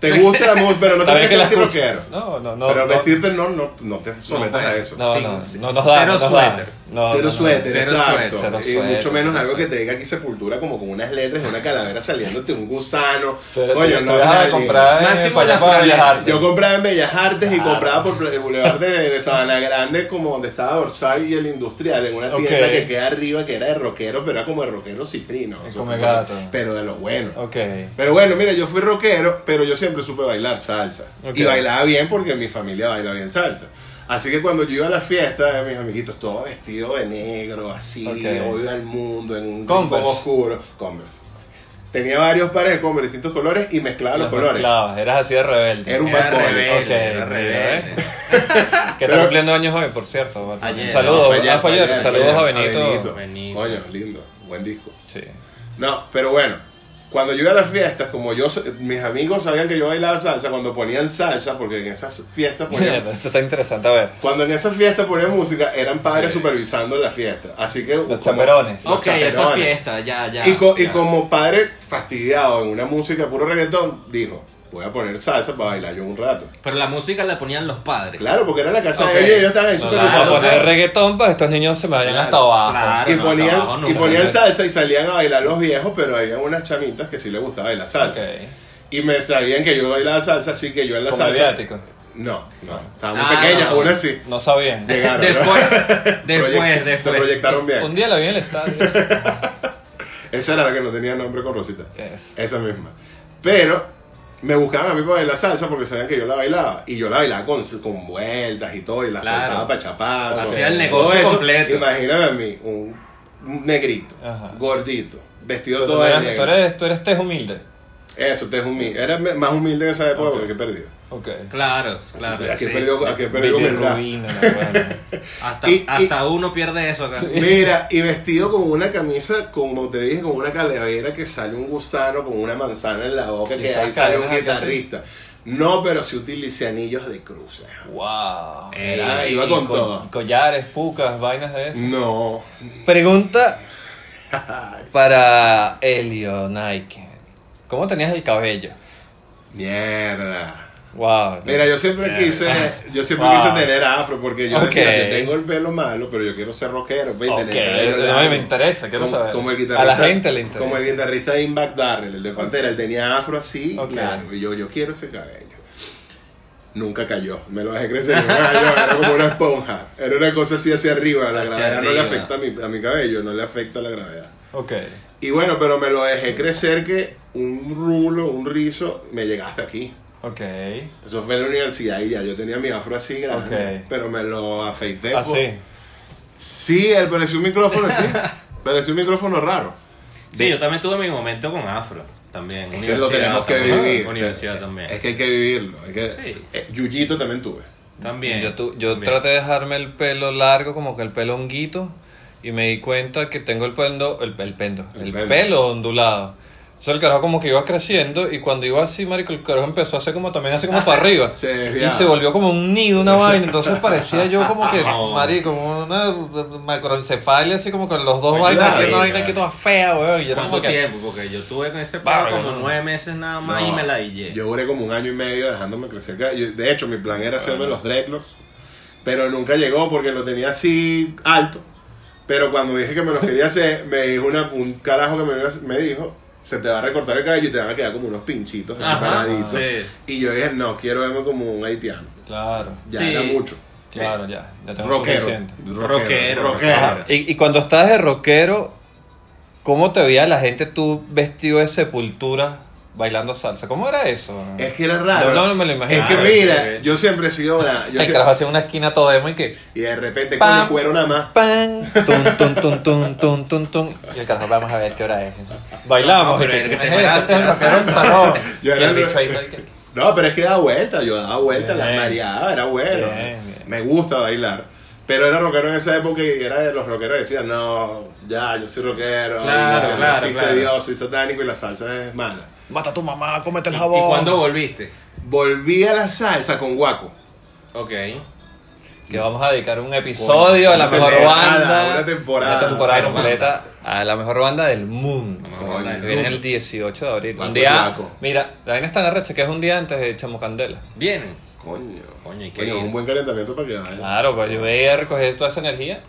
A: Te gusta la música, pero no te
B: También
A: tienes que
B: la
A: vestir
B: escucho.
A: rockero.
B: No, no, no.
A: pero
B: no,
A: vestirte no, no, no te sometas a eso.
B: No,
C: Sí,
B: no,
C: sí,
B: no nos da.
C: cero
B: no nos da.
C: suéter.
B: No,
A: cero
B: no, no.
A: suéter,
C: cero
A: exacto.
B: suéter,
A: y
B: cero
A: mucho
B: suéter,
A: menos
B: cero
A: algo que
B: suéter.
A: te diga aquí sepultura como con unas letras y una calavera saliéndote un gusano.
B: Pero
A: Coño,
B: te,
A: no
B: te
A: es
B: dejas de
A: alguien.
B: comprar en
C: Máximo
B: para allá
C: la
B: para
C: Froilán.
B: viajarte.
A: Yo compraba en Bellas Artes y
B: Claro.
A: compraba por el Boulevard de, de Sabana Grande, como donde estaba Dorsal y el Industrial, en una tienda
B: Ok.
A: que queda arriba que era de rockero, pero era como de rockero cifrino.
B: Es
A: o sea,
B: como
A: como-
B: gato.
A: Pero de lo bueno.
B: Ok.
A: Pero bueno, mira, yo fui rockero, pero yo siempre supe bailar salsa.
B: Ok.
A: Y bailaba bien porque mi familia baila bien salsa. Así que cuando yo iba a la fiesta, eh, mis amiguitos, todos vestidos de negro, así,
B: Ok.
A: odio al mundo, en un
B: Converse.
A: rincón oscuro. Converse. Tenía varios pares de Converse, distintos colores, y mezclaba los, colores.
B: mezclabas, eras así de rebelde.
A: Era un
C: Era
A: bad boy.
C: rebelde,
B: Ok,
C: era
B: mira,
A: eh.
C: rebelde.
B: Que está
A: Pero-
B: cumpliendo años hoy, por cierto. Bueno,
C: Ayer,
B: un saludo,
A: No, fue ayer,
B: ah, fue
A: fue
B: ayer.
A: ayer,
B: Saludos
A: fue
B: a
A: ayer.
B: Benito.
C: Benito.
A: Coño, lindo, buen disco.
B: Sí.
A: No, pero bueno, cuando yo iba a las fiestas, como yo, mis amigos sabían que yo bailaba salsa, cuando ponían salsa, porque en esas fiestas ponían
B: Esto está interesante, a ver.
A: Cuando en esa fiesta ponían música, eran padres supervisando la fiesta. Así que. como-
B: chamberones.
A: Los
C: Ok, esa
A: chamberones.
C: fiesta, ya, ya.
A: Y, co- y
C: ya.
A: como padre fastidiado en una música puro reggaetón, dijo: Voy a poner salsa para bailar yo un rato.
C: Pero la música la ponían los padres.
A: Claro, porque era la casa
C: Ok.
A: de ellos y ellos estaban ahí
B: No le vas a
A: supervisando.
B: poner reggaetón para que estos niños se me vayan
A: Claro,
B: hasta abajo.
C: claro.
A: y
C: Ah, no,
A: ponían,
C: abajo
A: y
C: nunca.
A: ponían salsa y salían a bailar los viejos, pero había unas chamitas que sí les gustaba bailar salsa.
B: Ok.
A: Y me sabían que yo bailaba salsa, así que yo en la
B: Como
A: salsa.
B: asiático.
A: No, no. Estaba muy
C: Ah,
A: pequeña,
C: no.
A: una sí.
B: No sabían.
A: Llegaron. ¿no?
C: Después,
A: Proyec-
C: después,
A: Se
C: después.
A: proyectaron bien.
B: Un día la vi en el estadio.
A: Esa era la que no tenía nombre con Rosita.
B: Yes.
A: Esa misma. Pero me buscaban a mí para bailar salsa porque sabían que yo la bailaba. Y yo la bailaba con, con vueltas y todo. Y la
C: Claro.
A: soltaba para chapazos.
C: Hacía el
A: todo
C: negocio
A: eso.
C: completo.
A: Imagíname a mí, un, un negrito,
B: Ajá.
A: gordito, vestido
B: Pero tú
A: todo de
B: eres, tú,
A: negro.
B: eres, tú eres tez humilde.
A: Eso, te es humilde. Era me- más humilde en esa época
B: Ok.
A: porque he perdido.
B: Ok.
C: Claro, claro.
A: Aquí
C: sí.
A: perdió, aquí perdió humildad.
B: Bilirrubina, bueno.
C: Hasta,
A: Y- y-
C: hasta uno pierde eso acá.
A: Mira, y vestido con una camisa, como te dije, con una calavera que sale un gusano con una manzana en la boca,
B: Y
A: que
B: esas
A: ahí sale un
B: cadenas acá,
A: guitarrista. No, pero sí utilicé anillos de cruces.
B: Wow.
A: Era,
C: Ey,
A: iba
B: Y
A: con
B: co-
A: todo. Mm.
B: Collares, pucas, vainas de eso.
A: No.
B: Pregunta para Elio Nike. ¿Cómo tenías el cabello?
A: Mierda.
B: Wow.
A: Mira, yo siempre quise, yo siempre
B: Wow.
A: quise tener afro porque yo decía
B: Ok.
A: que tengo el pelo malo, pero yo quiero ser rockero, pues, y
B: Ok,
A: tener cabello
B: no,
A: largo.
B: me interesa, quiero
A: como,
B: saber.
A: como el
B: A
A: guitarrista,
B: la gente le interesa.
A: Como el guitarrista de Inback Darrell, el de Pantera, él tenía afro así,
B: Ok.
A: claro, y yo, yo quiero ese cabello. Nunca cayó, me lo dejé crecer, me lo dejé llevar, era como una esponja, era una cosa así hacia arriba, la
C: Hacia
A: gravedad no le
C: arriba.
A: afecta a mi, a mi cabello, no le afecta la gravedad.
B: Ok.
A: Y bueno, pero me lo dejé crecer que un rulo, un rizo, me llegaba hasta aquí.
B: Ok.
A: Eso fue en la universidad y ya yo tenía mi afro así grande,
B: Ok.
A: pero me lo afeité.
C: ¿Ah,
A: pues.
B: Así.
A: Sí, él pareció un micrófono así, pareció un micrófono raro.
C: Sí, yo también tuve mi momento con afro. También.
A: que lo tenemos que
C: también,
A: vivir. Eh,
C: Universidad también.
A: Es que hay que vivirlo. Hay que...
C: Sí.
A: Eh, Yuyito también tuve.
C: También.
B: Yo, tu- yo
C: también.
B: traté de dejarme el pelo largo, como que el pelo honguito, y me di cuenta que tengo el pelo, el, el pendo,
A: El
B: el,
A: pelo.
B: pelo ondulado. Entonces el carajo como que iba creciendo y cuando iba así, marico, el carajo empezó a hacer como también así como para arriba.
A: Se desviaba.
B: y se volvió como un nido, una vaina. Entonces parecía yo como que,
C: No.
B: marico, como una macroencefalia, así como con los dos
C: Oye,
B: vainas, aquí
C: claro.
B: una vaina aquí toda fea, weón. Y yo era
C: ¿Cuánto
B: como que,
C: tiempo? Porque yo tuve con ese paro
B: Bárbaro,
C: como
B: ¿no?
C: nueve meses nada más y
A: No,
C: me la dije.
A: Yo duré como un año y medio dejándome crecer. el cabello. De hecho, mi plan era hacerme
C: Ah.
A: los dreadlocks, pero nunca llegó porque lo tenía así alto. Pero cuando dije que me los quería hacer, me dijo una- un carajo que me, me dijo, se te va a recortar el cabello y te van a quedar como unos pinchitos así
C: Ajá,
A: paraditos.
C: sí.
A: Y yo dije, no, quiero verme como un haitiano.
B: Claro,
A: Ya
C: Sí.
A: era mucho.
B: claro, ya. Ya tengo
A: Rockero.
B: suficiente.
A: Rockero.
C: Rockero.
A: Rockero.
B: Y, y cuando estabas de rockero, ¿cómo te veía la gente tú vestido de sepultura bailando salsa? ¿Cómo era eso?
A: Es que era raro.
B: No, no me lo imagino.
A: Es que
C: Ah,
A: mira,
C: ok.
A: yo siempre he sido. la- yo
B: el
A: sie-
B: carajo hacía una esquina todo demo y que
A: y de repente,
B: Pam.
A: con el cuero nada más.
B: pan, tum, tum, tum, tum, tum, tum, tum. Y el carajo, vamos a ver qué hora es.
C: No,
B: Bailamos. y
C: pero
B: que,
C: el que te
B: "Eh,
C: bailaba
B: este es el
C: era
B: rockero
C: salsa".
B: salón.
A: Yo
B: Y
A: era
B: el
A: el-
B: bicho ahí, ¿no? Y que-
A: No, pero es que daba vuelta, yo daba vuelta, la
B: Bien.
A: mareaba, era bueno.
B: Bien, bien.
A: Me gusta bailar. Pero era rockero en esa época y era de los rockeros que decían, no, ya, yo soy rockero.
C: Claro,
A: y no
C: claro,
A: existe
C: claro.
A: Dios, soy satánico y la salsa es mala.
B: Mata a tu mamá, cómete el
C: ¿Y,
B: jabón.
C: cuándo volviste?
A: Volví a la salsa con guaco.
C: Ok.
B: que vamos a dedicar un episodio a la
A: Una
B: mejor
A: temporada,
B: banda.
A: una temporada.
B: una temporada
C: Una
B: completa a la mejor banda del mundo.
C: La mejor
B: como
C: banda
B: la
C: del
B: que viene
C: mundo.
B: el 18 de abril.
A: Banda
B: Un día.
A: Flaco.
B: Mira, la vaina está en arrecha que es un día antes de Chamo Candela.
C: Vienen.
A: Coño.
C: Coño, hay que
A: Coño,
C: ir.
A: un buen calentamiento para que vaya.
B: Claro, pues yo voy a ir a recoger toda esa energía.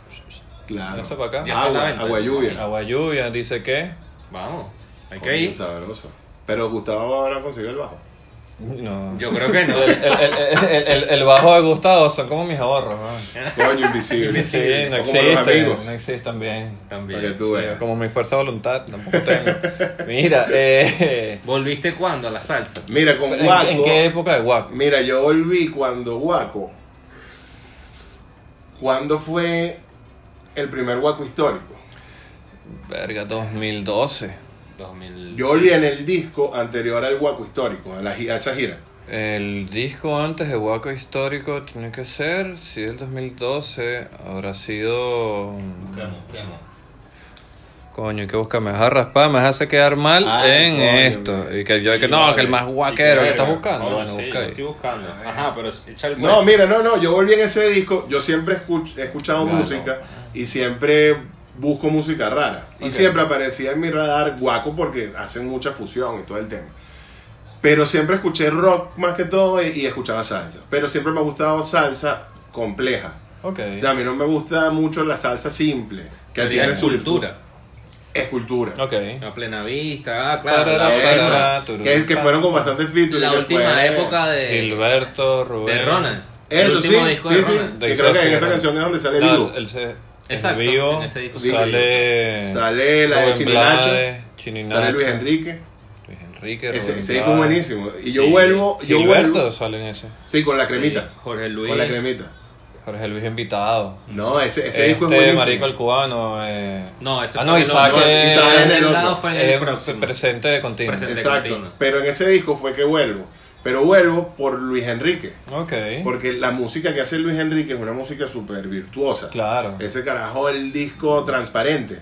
A: Claro.
B: Eso para acá.
A: Agua,
C: Ya está la venta.
A: agua lluvia.
B: Agua lluvia, dice que.
C: Vamos. Hay
A: Coño,
C: que ir.
A: sabroso. Pero Gustavo ahora consiguió el bajo.
B: No.
C: Yo creo que no.
B: El, el- el- el- el- el bajo de Gustavo son como mis ahorros. ¿no?
A: Coño, invisible.
B: Sí, no
A: Son como los
B: existen.
A: amigos.
B: No existen
A: Para
B: bien.
A: que
C: También.
A: tú veas.
B: Como mi fuerza de voluntad, tampoco tengo. Mira, eh,
C: ¿Volviste cuándo a la salsa?
A: Mira, con
B: ¿en,
A: Guaco.
B: en qué época de Guaco?
A: Mira, yo volví cuando Guaco. ¿Cuándo fue el primer Guaco histórico?
B: Verga, 2012.
C: 2000.
A: Yo volví en el disco anterior al Guaco histórico, a, la, gi- a esa gira.
B: El disco antes de Guaco histórico tiene que ser, si es el 2012, habrá sido...
C: Busquemos, busquemos.
B: Coño, que busca, me vas a raspar, me vas a hacer quedar mal
A: Ah,
B: en
A: coño,
B: esto.
A: mira.
B: Y que yo,
C: Sí,
B: que no,
C: vale.
B: que el más
C: Y
B: guaquero que
C: verga.
B: estás busando.
C: Coño,
B: bueno,
C: sí,
B: busca
C: lo
B: ahí.
C: estoy buscando. Ajá, pero echa el
A: Ah, No,
C: cuento.
A: mira, no, no, yo volví en ese disco, yo siempre escuch- he escuchado
B: Claro.
A: música y siempre busco música rara. Y
B: Ok.
A: siempre aparecía en mi radar guaco porque hacen mucha fusión y todo el tema. Pero siempre escuché rock más que todo y, y escuchaba salsa. Pero siempre me ha gustado salsa compleja.
B: Ok.
A: O sea, a mí no me gusta mucho la salsa simple, que
C: Sería
A: tiene su
C: escultura.
A: Es cultura.
B: ok.
C: A plena vista, ah, claro.
B: Para-
C: La,
B: para-
A: Esa,
B: para- turu-
A: que, que fueron con bastante features.
C: la
A: que
C: última
A: fue-
C: época de,
B: Gilberto, Rubén.
C: de Ronald. El
A: pues, Eso sí,
C: último disco de
A: sí, sí.
C: Ronald.
B: De
A: Que creo que en
B: Isaac
A: esa
B: Ferrer.
A: canción es donde sale
B: Claro,
A: vivo.
B: el se-
C: Exacto,
B: en vivo
C: en ese disco
A: sí.
B: sale,
A: Sale la de
B: Rubén
A: Chininacho,
B: Blades, Chininacho,
A: Sale Luis Enrique.
B: Luis Enrique,
A: Ese,
B: Rubén
A: ese disco es
B: Blades.
A: buenísimo. Y yo
C: Sí.
A: vuelvo, yo
B: Gilberto
A: vuelvo.
B: sale en ese.
A: Sí, con la
C: Sí,
A: cremita.
C: Jorge Luis.
A: Con la cremita.
B: Jorge Luis invitado.
A: No, ese, ese
B: este
A: disco es buenísimo.
B: marico el cubano. eh,
C: No, ese
B: ah,
C: fue
B: no,
C: el
B: Isaac,
A: otro.
B: es-
A: Isaac
C: Isaac
A: en el
C: del
A: otro.
C: lado fue en el
B: es
C: próximo.
B: presente de continuo.
C: Presente.
A: Exacto.
C: Continua.
A: Pero en ese disco fue que vuelvo. Pero vuelvo por Luis Enrique.
B: Ok.
A: Porque la música que hace Luis Enrique es una música súper virtuosa.
B: Claro.
A: Ese carajo, el disco transparente.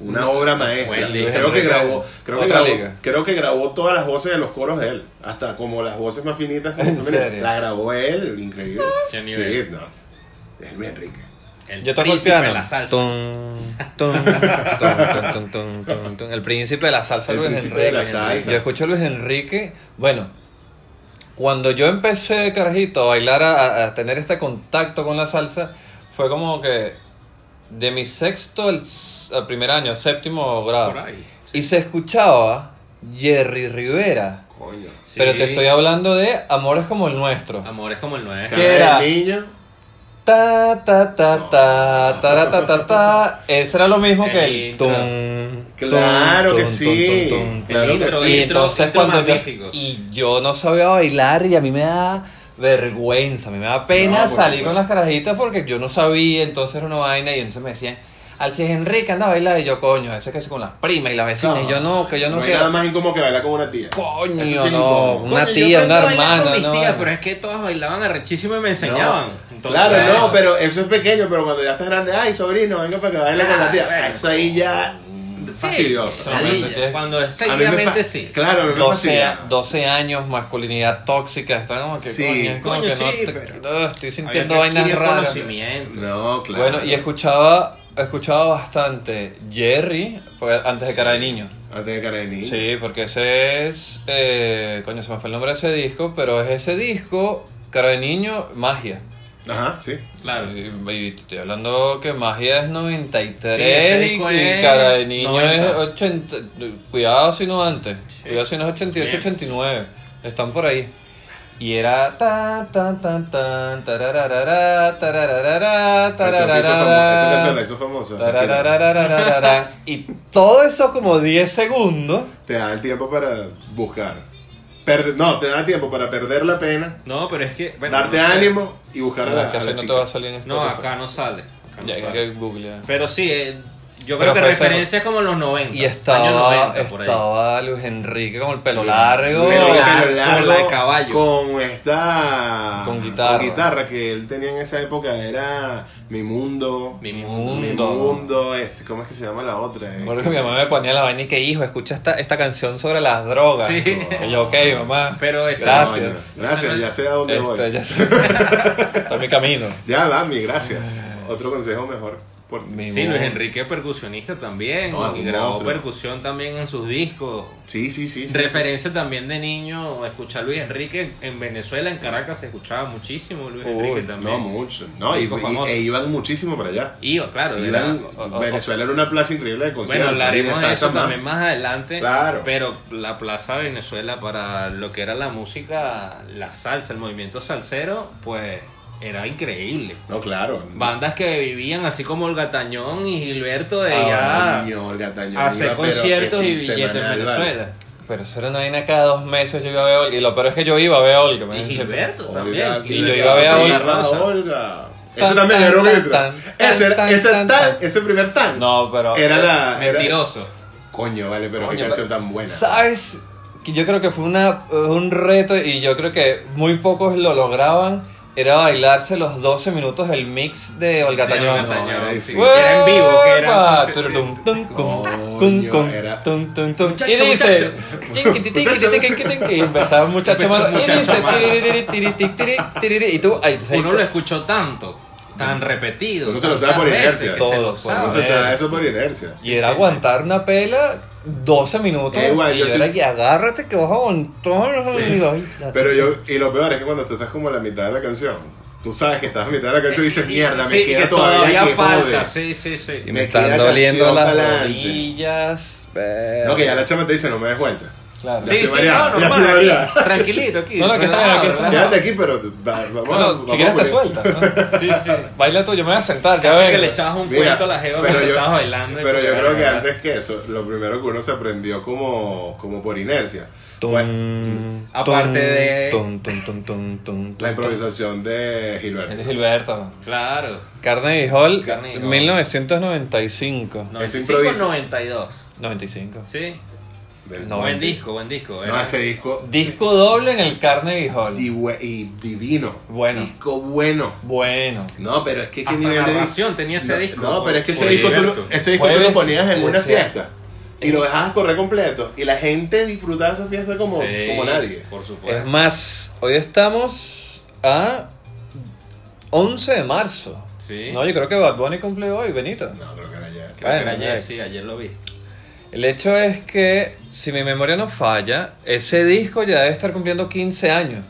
A: Una
B: Mm.
A: obra maestra.
C: buen disco.
A: creo que grabó, creo que
B: Otra
A: grabó,
B: liga.
A: creo que grabó todas las voces de los coros de él. Hasta como las voces más finitas que
B: ¿En
A: las
B: serio?
A: grabó él, increíble.
C: Qué nivel.
A: Sí, no. Es Luis Enrique.
C: El
B: Yo toco el
C: príncipe
B: piano.
C: de La salsa.
B: Tun, tun, tun, tun, tun, tun, tun, tun. El príncipe de la salsa,
A: El
B: Luis
A: príncipe
B: Enrique.
A: de la
B: Luis Enrique.
A: salsa.
B: Yo escucho a Luis Enrique. Bueno, cuando yo empecé de carajito a bailar, a, a tener este contacto con la salsa, fue como que de mi sexto al, s- al primer año, séptimo grado.
C: Por ahí,
B: Y se escuchaba Jerry Rivera.
A: Coño.
C: Sí.
B: Pero te estoy hablando de amores como el nuestro.
C: Amor es como el 9.
B: ¿Qué era?
A: El niño.
B: Ta ta ta ta ta ta ta ta. Eso era lo mismo que
C: El
B: el
C: intro.
B: tum,
A: Claro
B: tum,
A: que
B: tum,
A: sí.
B: tum, tum, tum.
A: Claro
C: El
A: que
C: intro,
A: sí.
B: Y
C: intro,
B: entonces
C: intro
B: cuando yo,
C: magnífico.
B: y yo no sabía bailar y a mí me da vergüenza, a mí me da pena
A: No, por
B: salir
A: supuesto.
B: con las carajitas porque yo no sabía, entonces era una vaina y entonces me decían, Alci Enrique anda a bailar y yo coño, ese que es con las primas y las vecinas y yo no, que yo no,
A: hay
B: quiero.
A: nada más incómodo que bailar con una tía.
B: Coño,
A: Eso sí es
B: no.
A: incómodo.
B: Una
C: Coño, yo
B: tía, una
C: aprendí a bailar con
B: hermana,
C: mis
B: no,
C: tías,
B: no.
C: Pero es que todas bailaban arrechísimo y me enseñaban. Entonces-
A: claro, no, pero eso es pequeño, pero cuando ya estás grande, ay, sobrino, venga para que baile con la tía.
C: Ah, bueno.
A: Eso ahí ya fastidioso.
C: Sí,
B: A mí me
C: ladilla. Cuando es
A: A mí me fa-
C: seguidamente sí.
A: Claro, a mí me
B: 12, a-
A: fastidia.
B: 12 años, masculinidad tóxica, está como que
A: Sí.
B: coño, es como
C: Coño,
B: que
C: sí,
B: no te-
C: pero-
B: no, estoy
C: Había
B: sintiendo
C: que
B: vainas
C: adquirir
B: raras.
C: conocimiento.
A: No, claro.
B: Bueno, y escuchaba, escuchaba bastante Jerry, fue antes de cara de niño.
A: Ah, tiene cara de niño.
B: Sí, porque ese es, eh, coño, se me fue el nombre de ese disco, pero es ese disco, cara de niño, magia.
A: Ajá, sí.
C: Claro.
B: Y, y te estoy hablando que magia es 93
C: Sí, ese
B: y,
C: disco
B: y
C: es
B: cara de niño
C: 90.
B: es 80. Cuidado si no antes. Cuidado si no es 88,
C: Bien.
B: 89. Están por ahí. Y era tan tan tan tan tarararara tarararara
A: Esa que hizo famo- esa canción la hizo famosa.
B: tarararara
A: Shakira.
B: tarararara y todo eso como 10 segundos
A: Te da el tiempo para buscar. Perde- no, te da tiempo para perder la pena,
C: No, pero es que. bueno,
A: darte
C: no sé.
A: ánimo y buscar a
B: Pero
A: la,
B: es que
A: a
B: así
A: la
B: no te
A: chica.
B: va a salir en
C: No,
B: Spotify.
C: acá no sale. Acá no
B: Ya, hay
C: sale.
B: que googlear.
C: Pero sí, eh, Yo
B: Pero
C: creo que
B: fue ese-
C: referencia es como los 90.
B: Y estaba,
C: años 90, por ahí.
B: estaba Luis Enrique con el pelo largo.
A: Pero
C: Pelo
A: pelo
C: largo, cola de caballo.
A: Con esta.
B: Con guitarra.
A: guitarra que él tenía en esa época era Mi Mundo.
C: Mi
B: Mi
C: mundo.
A: Mi
B: Mundo.
A: Mundo, este, ¿cómo es que se llama la otra? eh?
B: Me acuerdo que mi mamá me ponía la vaina y que hijo, escucha esta, esta canción sobre las drogas.
C: Sí.
B: Y yo, ok, mamá.
C: Pero esa
B: Gracias.
A: Coño, Gracias, ya sé a dónde
B: Este,
A: voy.
B: ya sé. Está en mi camino.
A: Ya, Dami, gracias. Otro consejo mejor por ti.
B: Mi
C: Sí,
B: mundo.
C: Luis Enrique percusionista también.
A: No,
C: y
A: un
C: grabó
A: monstruo.
C: percusión también en sus discos.
A: Sí, sí, sí. sí.
C: Referencia también de niño, escuchar a Luis Enrique en Venezuela, en Caracas se escuchaba muchísimo Luis
B: Uy,
C: Enrique también.
A: No, mucho. No, y,
C: Disco
A: y-
C: famoso.
A: e iban muchísimo para allá.
C: Iba, claro. era-
A: Iban- Venezuela era una plaza increíble de conciertos.
C: bueno, hablaremos
A: Y
C: de eso
A: salsa más.
C: también más adelante.
A: Claro.
C: Pero la Plaza Venezuela para lo que era la música, la salsa, el movimiento salsero, pues era increíble.
A: No, claro.
C: Bandas que vivían así como Olga Tañón y Gilberto de
A: Ah,
C: ya
A: coño, Olga Tañón
C: hacer
A: iba, pero que
C: conciertos
A: sí,
C: y billetes en
A: semanal, vale.
C: Venezuela.
B: Pero eso era una vaina cada dos meses yo iba a ver Olga. Y lo peor es que yo iba a ver Olga. me
C: Y
B: dicen.
C: Gilberto
A: Olga,
C: también.
B: Y yo iba a ver a
A: sí,
B: Olga
A: iba
C: Rosa.
A: Olga.
B: Tan,
A: Eso también
B: tan,
A: era un
B: tan,
A: intro.
B: tan,
A: Ese
B: tan,
A: era- ese
B: tan,
A: tan,
B: tan.
A: ese primer tan.
B: No, pero.
A: Era la. era-
C: Mentiroso.
A: Coño, vale, pero qué
B: Coño,
A: canción
B: pero-
A: tan buena.
B: ¿Sabes? Que yo creo que fue una, eh, un reto y yo creo que muy pocos lo lograban. Era bailarse los 12 minutos del mix de Olga
C: De
B: Tañón.
C: Olga Tañón,
A: era
C: sí.
A: difícil.
B: ¡Uepa!
C: Era en vivo, que era.
B: Tururún, tum, cum,
A: Coño,
B: cum, cum,
A: era-
B: tum, tum, tum.
C: Muchacho,
B: Y dice.
C: muchacho.
B: tiqui, tiqui, tiqui, tiqui, tiqui, tiqui, Y empezaba un muchacho
C: Empezó un
B: malo. Y
C: muchacho
B: dice.
C: malo.
B: tiriri, tiriri, tiriri, tiriri, Y tú. ay, entonces ahí
C: Uno
B: te-
C: lo escuchó tanto, tan repetido.
A: Uno se lo sabe por
C: tantas
A: inercia.
C: veces que se lo
B: Todo, pues,
C: sabe.
A: No se sabe eso por inercia.
B: Y era aguantar una pela 12 minutos.
A: Es igual,
B: y
A: yo
B: yo
A: te-
B: era que agárrate que vas a aguantar los oídos.
A: Pero yo, y lo peor es que cuando tú estás como a la mitad de la canción, tú sabes que estás a la mitad de la canción y dices, mierda, me
C: Sí, que
A: queda todavía, que
C: falta.
A: jode".
C: Sí, sí, sí.
B: Y
A: me
B: me están
A: queda
B: doliendo
A: canción
B: las
A: pa'lante.
B: rodillas.
A: No, que ya la chama te dice, no me des vuelta.
B: Claro.
A: Ya
C: Sí,
A: estoy
C: sí, no,
A: mareado, ya
C: normal,
A: estoy
C: aquí,
A: mareado.
C: tranquilito aquí.
B: No, no, que está bien,
C: relajado,
B: aquí está
C: relajado.
A: Quédate aquí, pero tú- va- vamos,
B: Bueno,
A: vamos
B: si quieres te
A: a morir.
B: sueltas. ¿no?
C: Sí, sí.
B: Baila tú, yo me voy a sentar, ya
C: Casi que
B: vengo.
C: le echabas un
A: Mira,
C: cuento a la jeva cuando
A: yo-
C: estabas bailando. y
A: Pero yo
C: porque,
A: creo que
C: bueno,
A: antes que eso, lo primero que uno se aprendió como, como por inercia
B: Tum,
A: fue
B: tum,
C: aparte de-
B: tum, tum, tum, tum, tum,
A: la
B: tum,
A: improvisación de
B: tum.
A: Gilberto.
B: Es Gilberto.
C: Claro.
B: Carnegie Hall,
C: Carnegie Hall.
B: 1995.
A: Ese
C: 95,
A: improviso.
C: 92.
B: 95.
C: Sí.
A: Del-
B: No,
C: Buen
B: mentira.
C: disco, buen disco.
A: No,
C: era-
A: ese disco.
B: Disco doble en el Carnegie Hall.
A: Y, bue- y divino.
B: Bueno.
A: Disco bueno.
B: Bueno.
A: No, pero es que qué
C: Hasta
A: nivel de
C: narración tenía ese
A: no,
C: disco.
A: No, pero es que ese
C: Por
A: disco, tú lo,
C: Gilberto.
A: ese disco tú lo
B: Jueves,
A: ponías en
B: sí,
A: una
B: sí.
A: fiesta y lo dejabas correr completo y la gente disfrutaba esa fiesta como,
C: Sí,
A: como nadie.
C: Por supuesto.
B: Es más, hoy estamos a 11 de marzo.
C: Sí.
B: No, yo creo que Bad Bunny cumple hoy, Benito.
A: No, creo que era ya.
C: Creo que era
B: Bueno, eh.
C: ayer, sí, ayer lo vi.
B: El hecho es que, si mi memoria no falla, ese disco ya debe estar cumpliendo 15 años.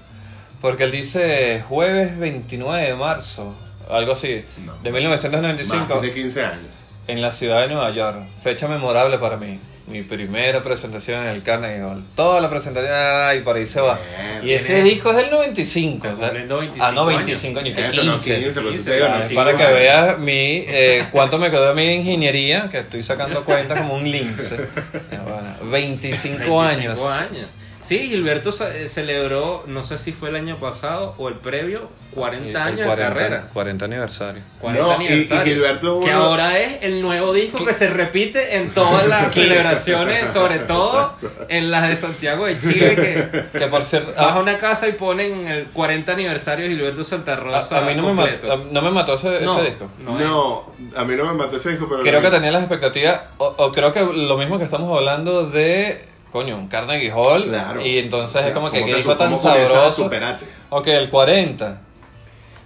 B: Porque él dice jueves 29 de marzo, algo así,
A: No.
B: de 1995,
A: Más de 15 años.
B: en la ciudad de Nueva York. Fecha memorable para mí. Mi primera presentación en el Carnegie Hall. Toda la presentación, ah, y por ahí se va.
A: Bien,
B: y ese
C: tiene-
B: disco es del 95.
C: Está
B: o sea,
C: cumpliendo 25
B: ah, no, 25 años, que
A: Eso no,
B: 15.
A: 15, pero
C: 15,
A: te digo,
C: claro,
A: no,
C: sí,
B: Para que
A: cinco años.
B: veas mi, eh, cuánto me quedó de mi ingeniería, que estoy sacando cuenta como un lince. Ya, bueno, 25,
C: 25
B: años.
C: años. Sí, Gilberto ce- eh, celebró, no sé si fue el año pasado o el previo, 40
B: El
C: años
B: 40
C: de carrera.
B: 40 aniversario.
C: 40
A: No, y- y
C: aniversario.
A: Gilberto es
C: que
A: uno-
C: ahora es el nuevo disco que se repite en todas las celebraciones, sobre todo en las de Santiago de Chile, que
B: Que por ah, cierto,
C: vas a
B: a,
C: una casa y ponen el 40 aniversario de Gilberto Santa Rosa.
B: a- a mí no me,
C: completo.
B: mató, no me mató ese, ese
C: No,
B: disco.
C: no, es.
A: No, a mí no me mató ese disco, pero.
B: Creo que tenía las expectativas, o, o creo que lo mismo que estamos hablando de, coño, un Carnegie Hall.
A: Claro.
B: Y entonces
A: O sea,
B: es como que
A: ¿cómo
B: qué
A: te
B: disco
A: su-
B: tan
A: cómo comienzas a
B: sabroso.
A: superarte?
B: Ok, el 40.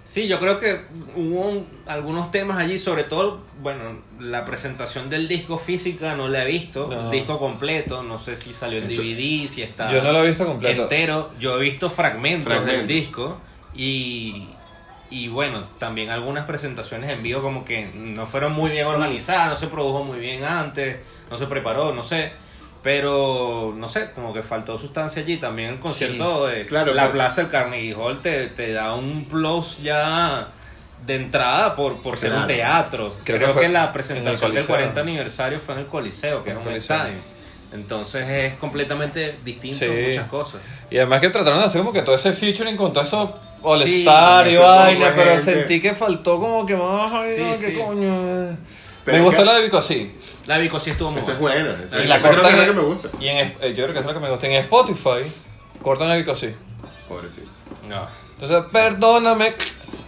C: Sí, yo creo que hubo un- algunos temas allí, sobre todo, bueno, la presentación del disco física no la he visto,
B: No.
C: el disco completo, no sé si salió en
A: Eso-
C: DVD, si está
B: Yo no lo he visto completo.
C: entero, yo he visto fragmentos, del
A: Fragmentos.
C: disco y, y bueno, también algunas presentaciones en vivo como que no fueron muy bien organizadas, no se produjo muy bien antes, no se preparó, no sé. Pero, no sé, como que faltó sustancia allí. También el concierto de
A: claro,
C: la
A: pero-
C: plaza del Carnegie Hall te, te da un plus ya de entrada por, por ser un
A: Claro.
C: teatro.
B: Creo
C: Creo,
B: que
C: que,
B: fue en
C: la
B: el
C: presentación del
B: Coliseo.
C: 40 aniversario fue en el Coliseo, que
B: En
C: es
B: el
C: un
B: Coliseo.
C: estadio. Entonces es completamente distinto
B: Sí.
C: en muchas cosas.
B: Y además que trataron de hacer como que todo ese featuring con todo eso All
C: Sí,
B: Star y
A: eso es
B: vaina,
A: como
B: pero
A: gente.
B: sentí que faltó como que más, ay,
C: Sí,
B: no, qué
C: sí.
B: coño. eh.
A: Pero
B: me
A: es
B: gustó
A: que-
B: la de Vico así.
C: La Vico sí estuvo muy
A: Esa es
C: buena.
A: buena. Esa,
B: Y la
A: esa creo que es la
B: cortan
A: que
B: en-
A: me gusta.
B: Y en, eh, yo creo que es la que me gusta. En Spotify cortan la Vico así.
A: Pobrecito.
C: No.
B: Entonces, perdóname.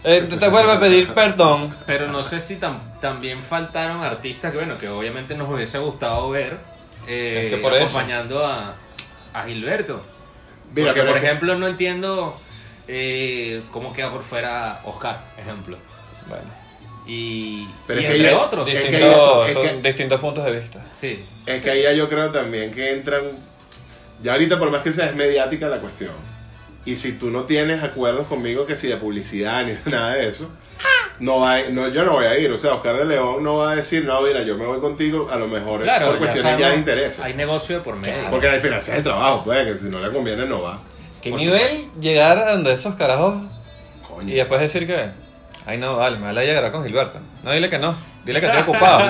B: eh, te, te vuelve a pedir perdón.
C: Pero no sé si tam- también faltaron artistas que, bueno, que obviamente nos hubiese gustado ver eh,
B: Es que por eso.
C: acompañando a, a Gilberto.
A: Mira,
C: Porque,
A: pero
C: por
A: es que-
C: ejemplo, no entiendo eh, cómo queda por fuera Oscar, ejemplo.
B: Bueno,
C: Y,
A: Pero
C: y
A: es que
C: entre
A: ella-
C: otros.
A: es que
B: distintos-
A: ella- es
B: son
A: que-
B: distintos puntos de vista.
C: Sí.
A: Es que ahí ya yo creo también que entran. Ya ahorita, por más que sea, es mediática la cuestión. Y si tú no tienes acuerdos conmigo, que si de publicidad ni nada de eso, no va, no, yo no voy a ir. O sea, Oscar de León no va a decir, no, mira, yo me voy contigo, a lo mejor
C: Claro,
A: por cuestiones ya,
C: sabemos,
A: de interés.
C: Hay negocio de por medio.
A: Porque al final sí es el trabajo, pues, que si no le conviene, no va.
B: ¿Qué
C: Por
B: nivel llegar a donde esos carajos y
A: Coño.
B: después decir que. Ay, no, vale, me la llegará con Gilberto. No, dile que no. Dile que estoy ocupado.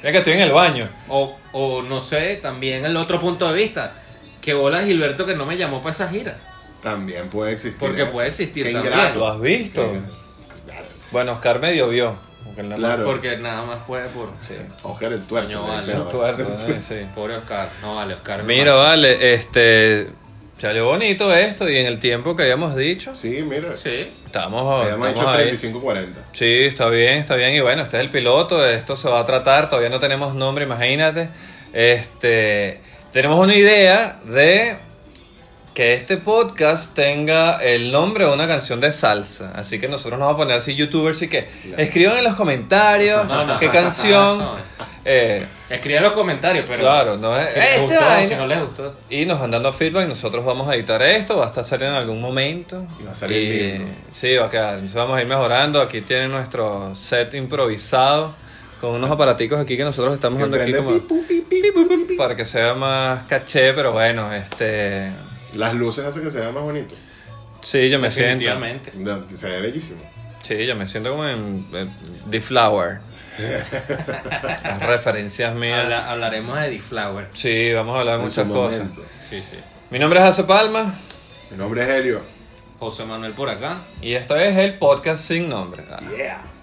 B: dile que estoy en el baño.
C: O, o no sé, también el otro punto de vista. Que bola Gilberto que no me llamó para esa gira.
A: También puede existir.
C: Porque
A: eso.
C: puede existir
A: Qué
C: también.
A: ingrato.
B: ¿Lo has visto?
A: Qué ingrato. Claro.
B: Bueno, Oscar medio vio. porque en la-
A: Claro.
C: Porque nada más puede por.
B: Sí.
A: Oscar el tuerto.
C: Coño,
A: le
C: vale,
A: dicen ahora.
B: Tuerto, ¿eh? sí.
C: Pobre Oscar. No vale, Oscar.
B: Mira, vale, este. Salió bonito esto y en el tiempo que habíamos dicho.
A: Sí, mira.
C: Sí.
B: Estamos,
A: Habíamos
B: Oh, estamos
A: hecho
B: ahí.
A: 35-40.
B: Sí, está bien, está bien. Y bueno, este es el piloto, esto se va a tratar, todavía no tenemos nombre, imagínate. Este, tenemos una idea de que este podcast tenga el nombre de una canción de salsa. Así que nosotros nos vamos a poner así youtubers y que
A: Claro.
B: escriban en los comentarios
C: No, no,
B: qué
C: no,
B: canción.
C: no.
B: Eh,
C: Escriban los comentarios, pero.
B: Claro, no es-
C: Si les
B: Este
C: gustó,
B: vaina.
C: si no les gustó.
B: y nos han dando feedback, nosotros vamos a editar esto, va a estar saliendo en algún momento.
A: Y va a salir
B: Y-
A: lindo.
B: Sí, va a quedar. Entonces vamos a ir mejorando. Aquí tienen nuestro set improvisado con unos aparaticos aquí que nosotros estamos dando aquí
A: Prende pi,
B: como
A: pu, pi, pi, pi, pu, pi, pi.
B: para que sea más caché, pero bueno, este
A: Las luces hacen que se vea más bonito.
B: sí, yo me siento.
C: Definitivamente.
A: No, Se ve bellísimo.
B: Sí, yo me siento como en, en The Flower. Las referencias mías.
C: Habla- hablaremos de The Flower.
B: Sí, vamos a hablar de
A: En su
B: muchas cosas.
A: momento.
C: Sí, sí.
B: Mi nombre es Hace Palma
A: Mi nombre es Helio.
C: José Manuel por acá.
B: y esto es el podcast sin nombre.
A: Yeah.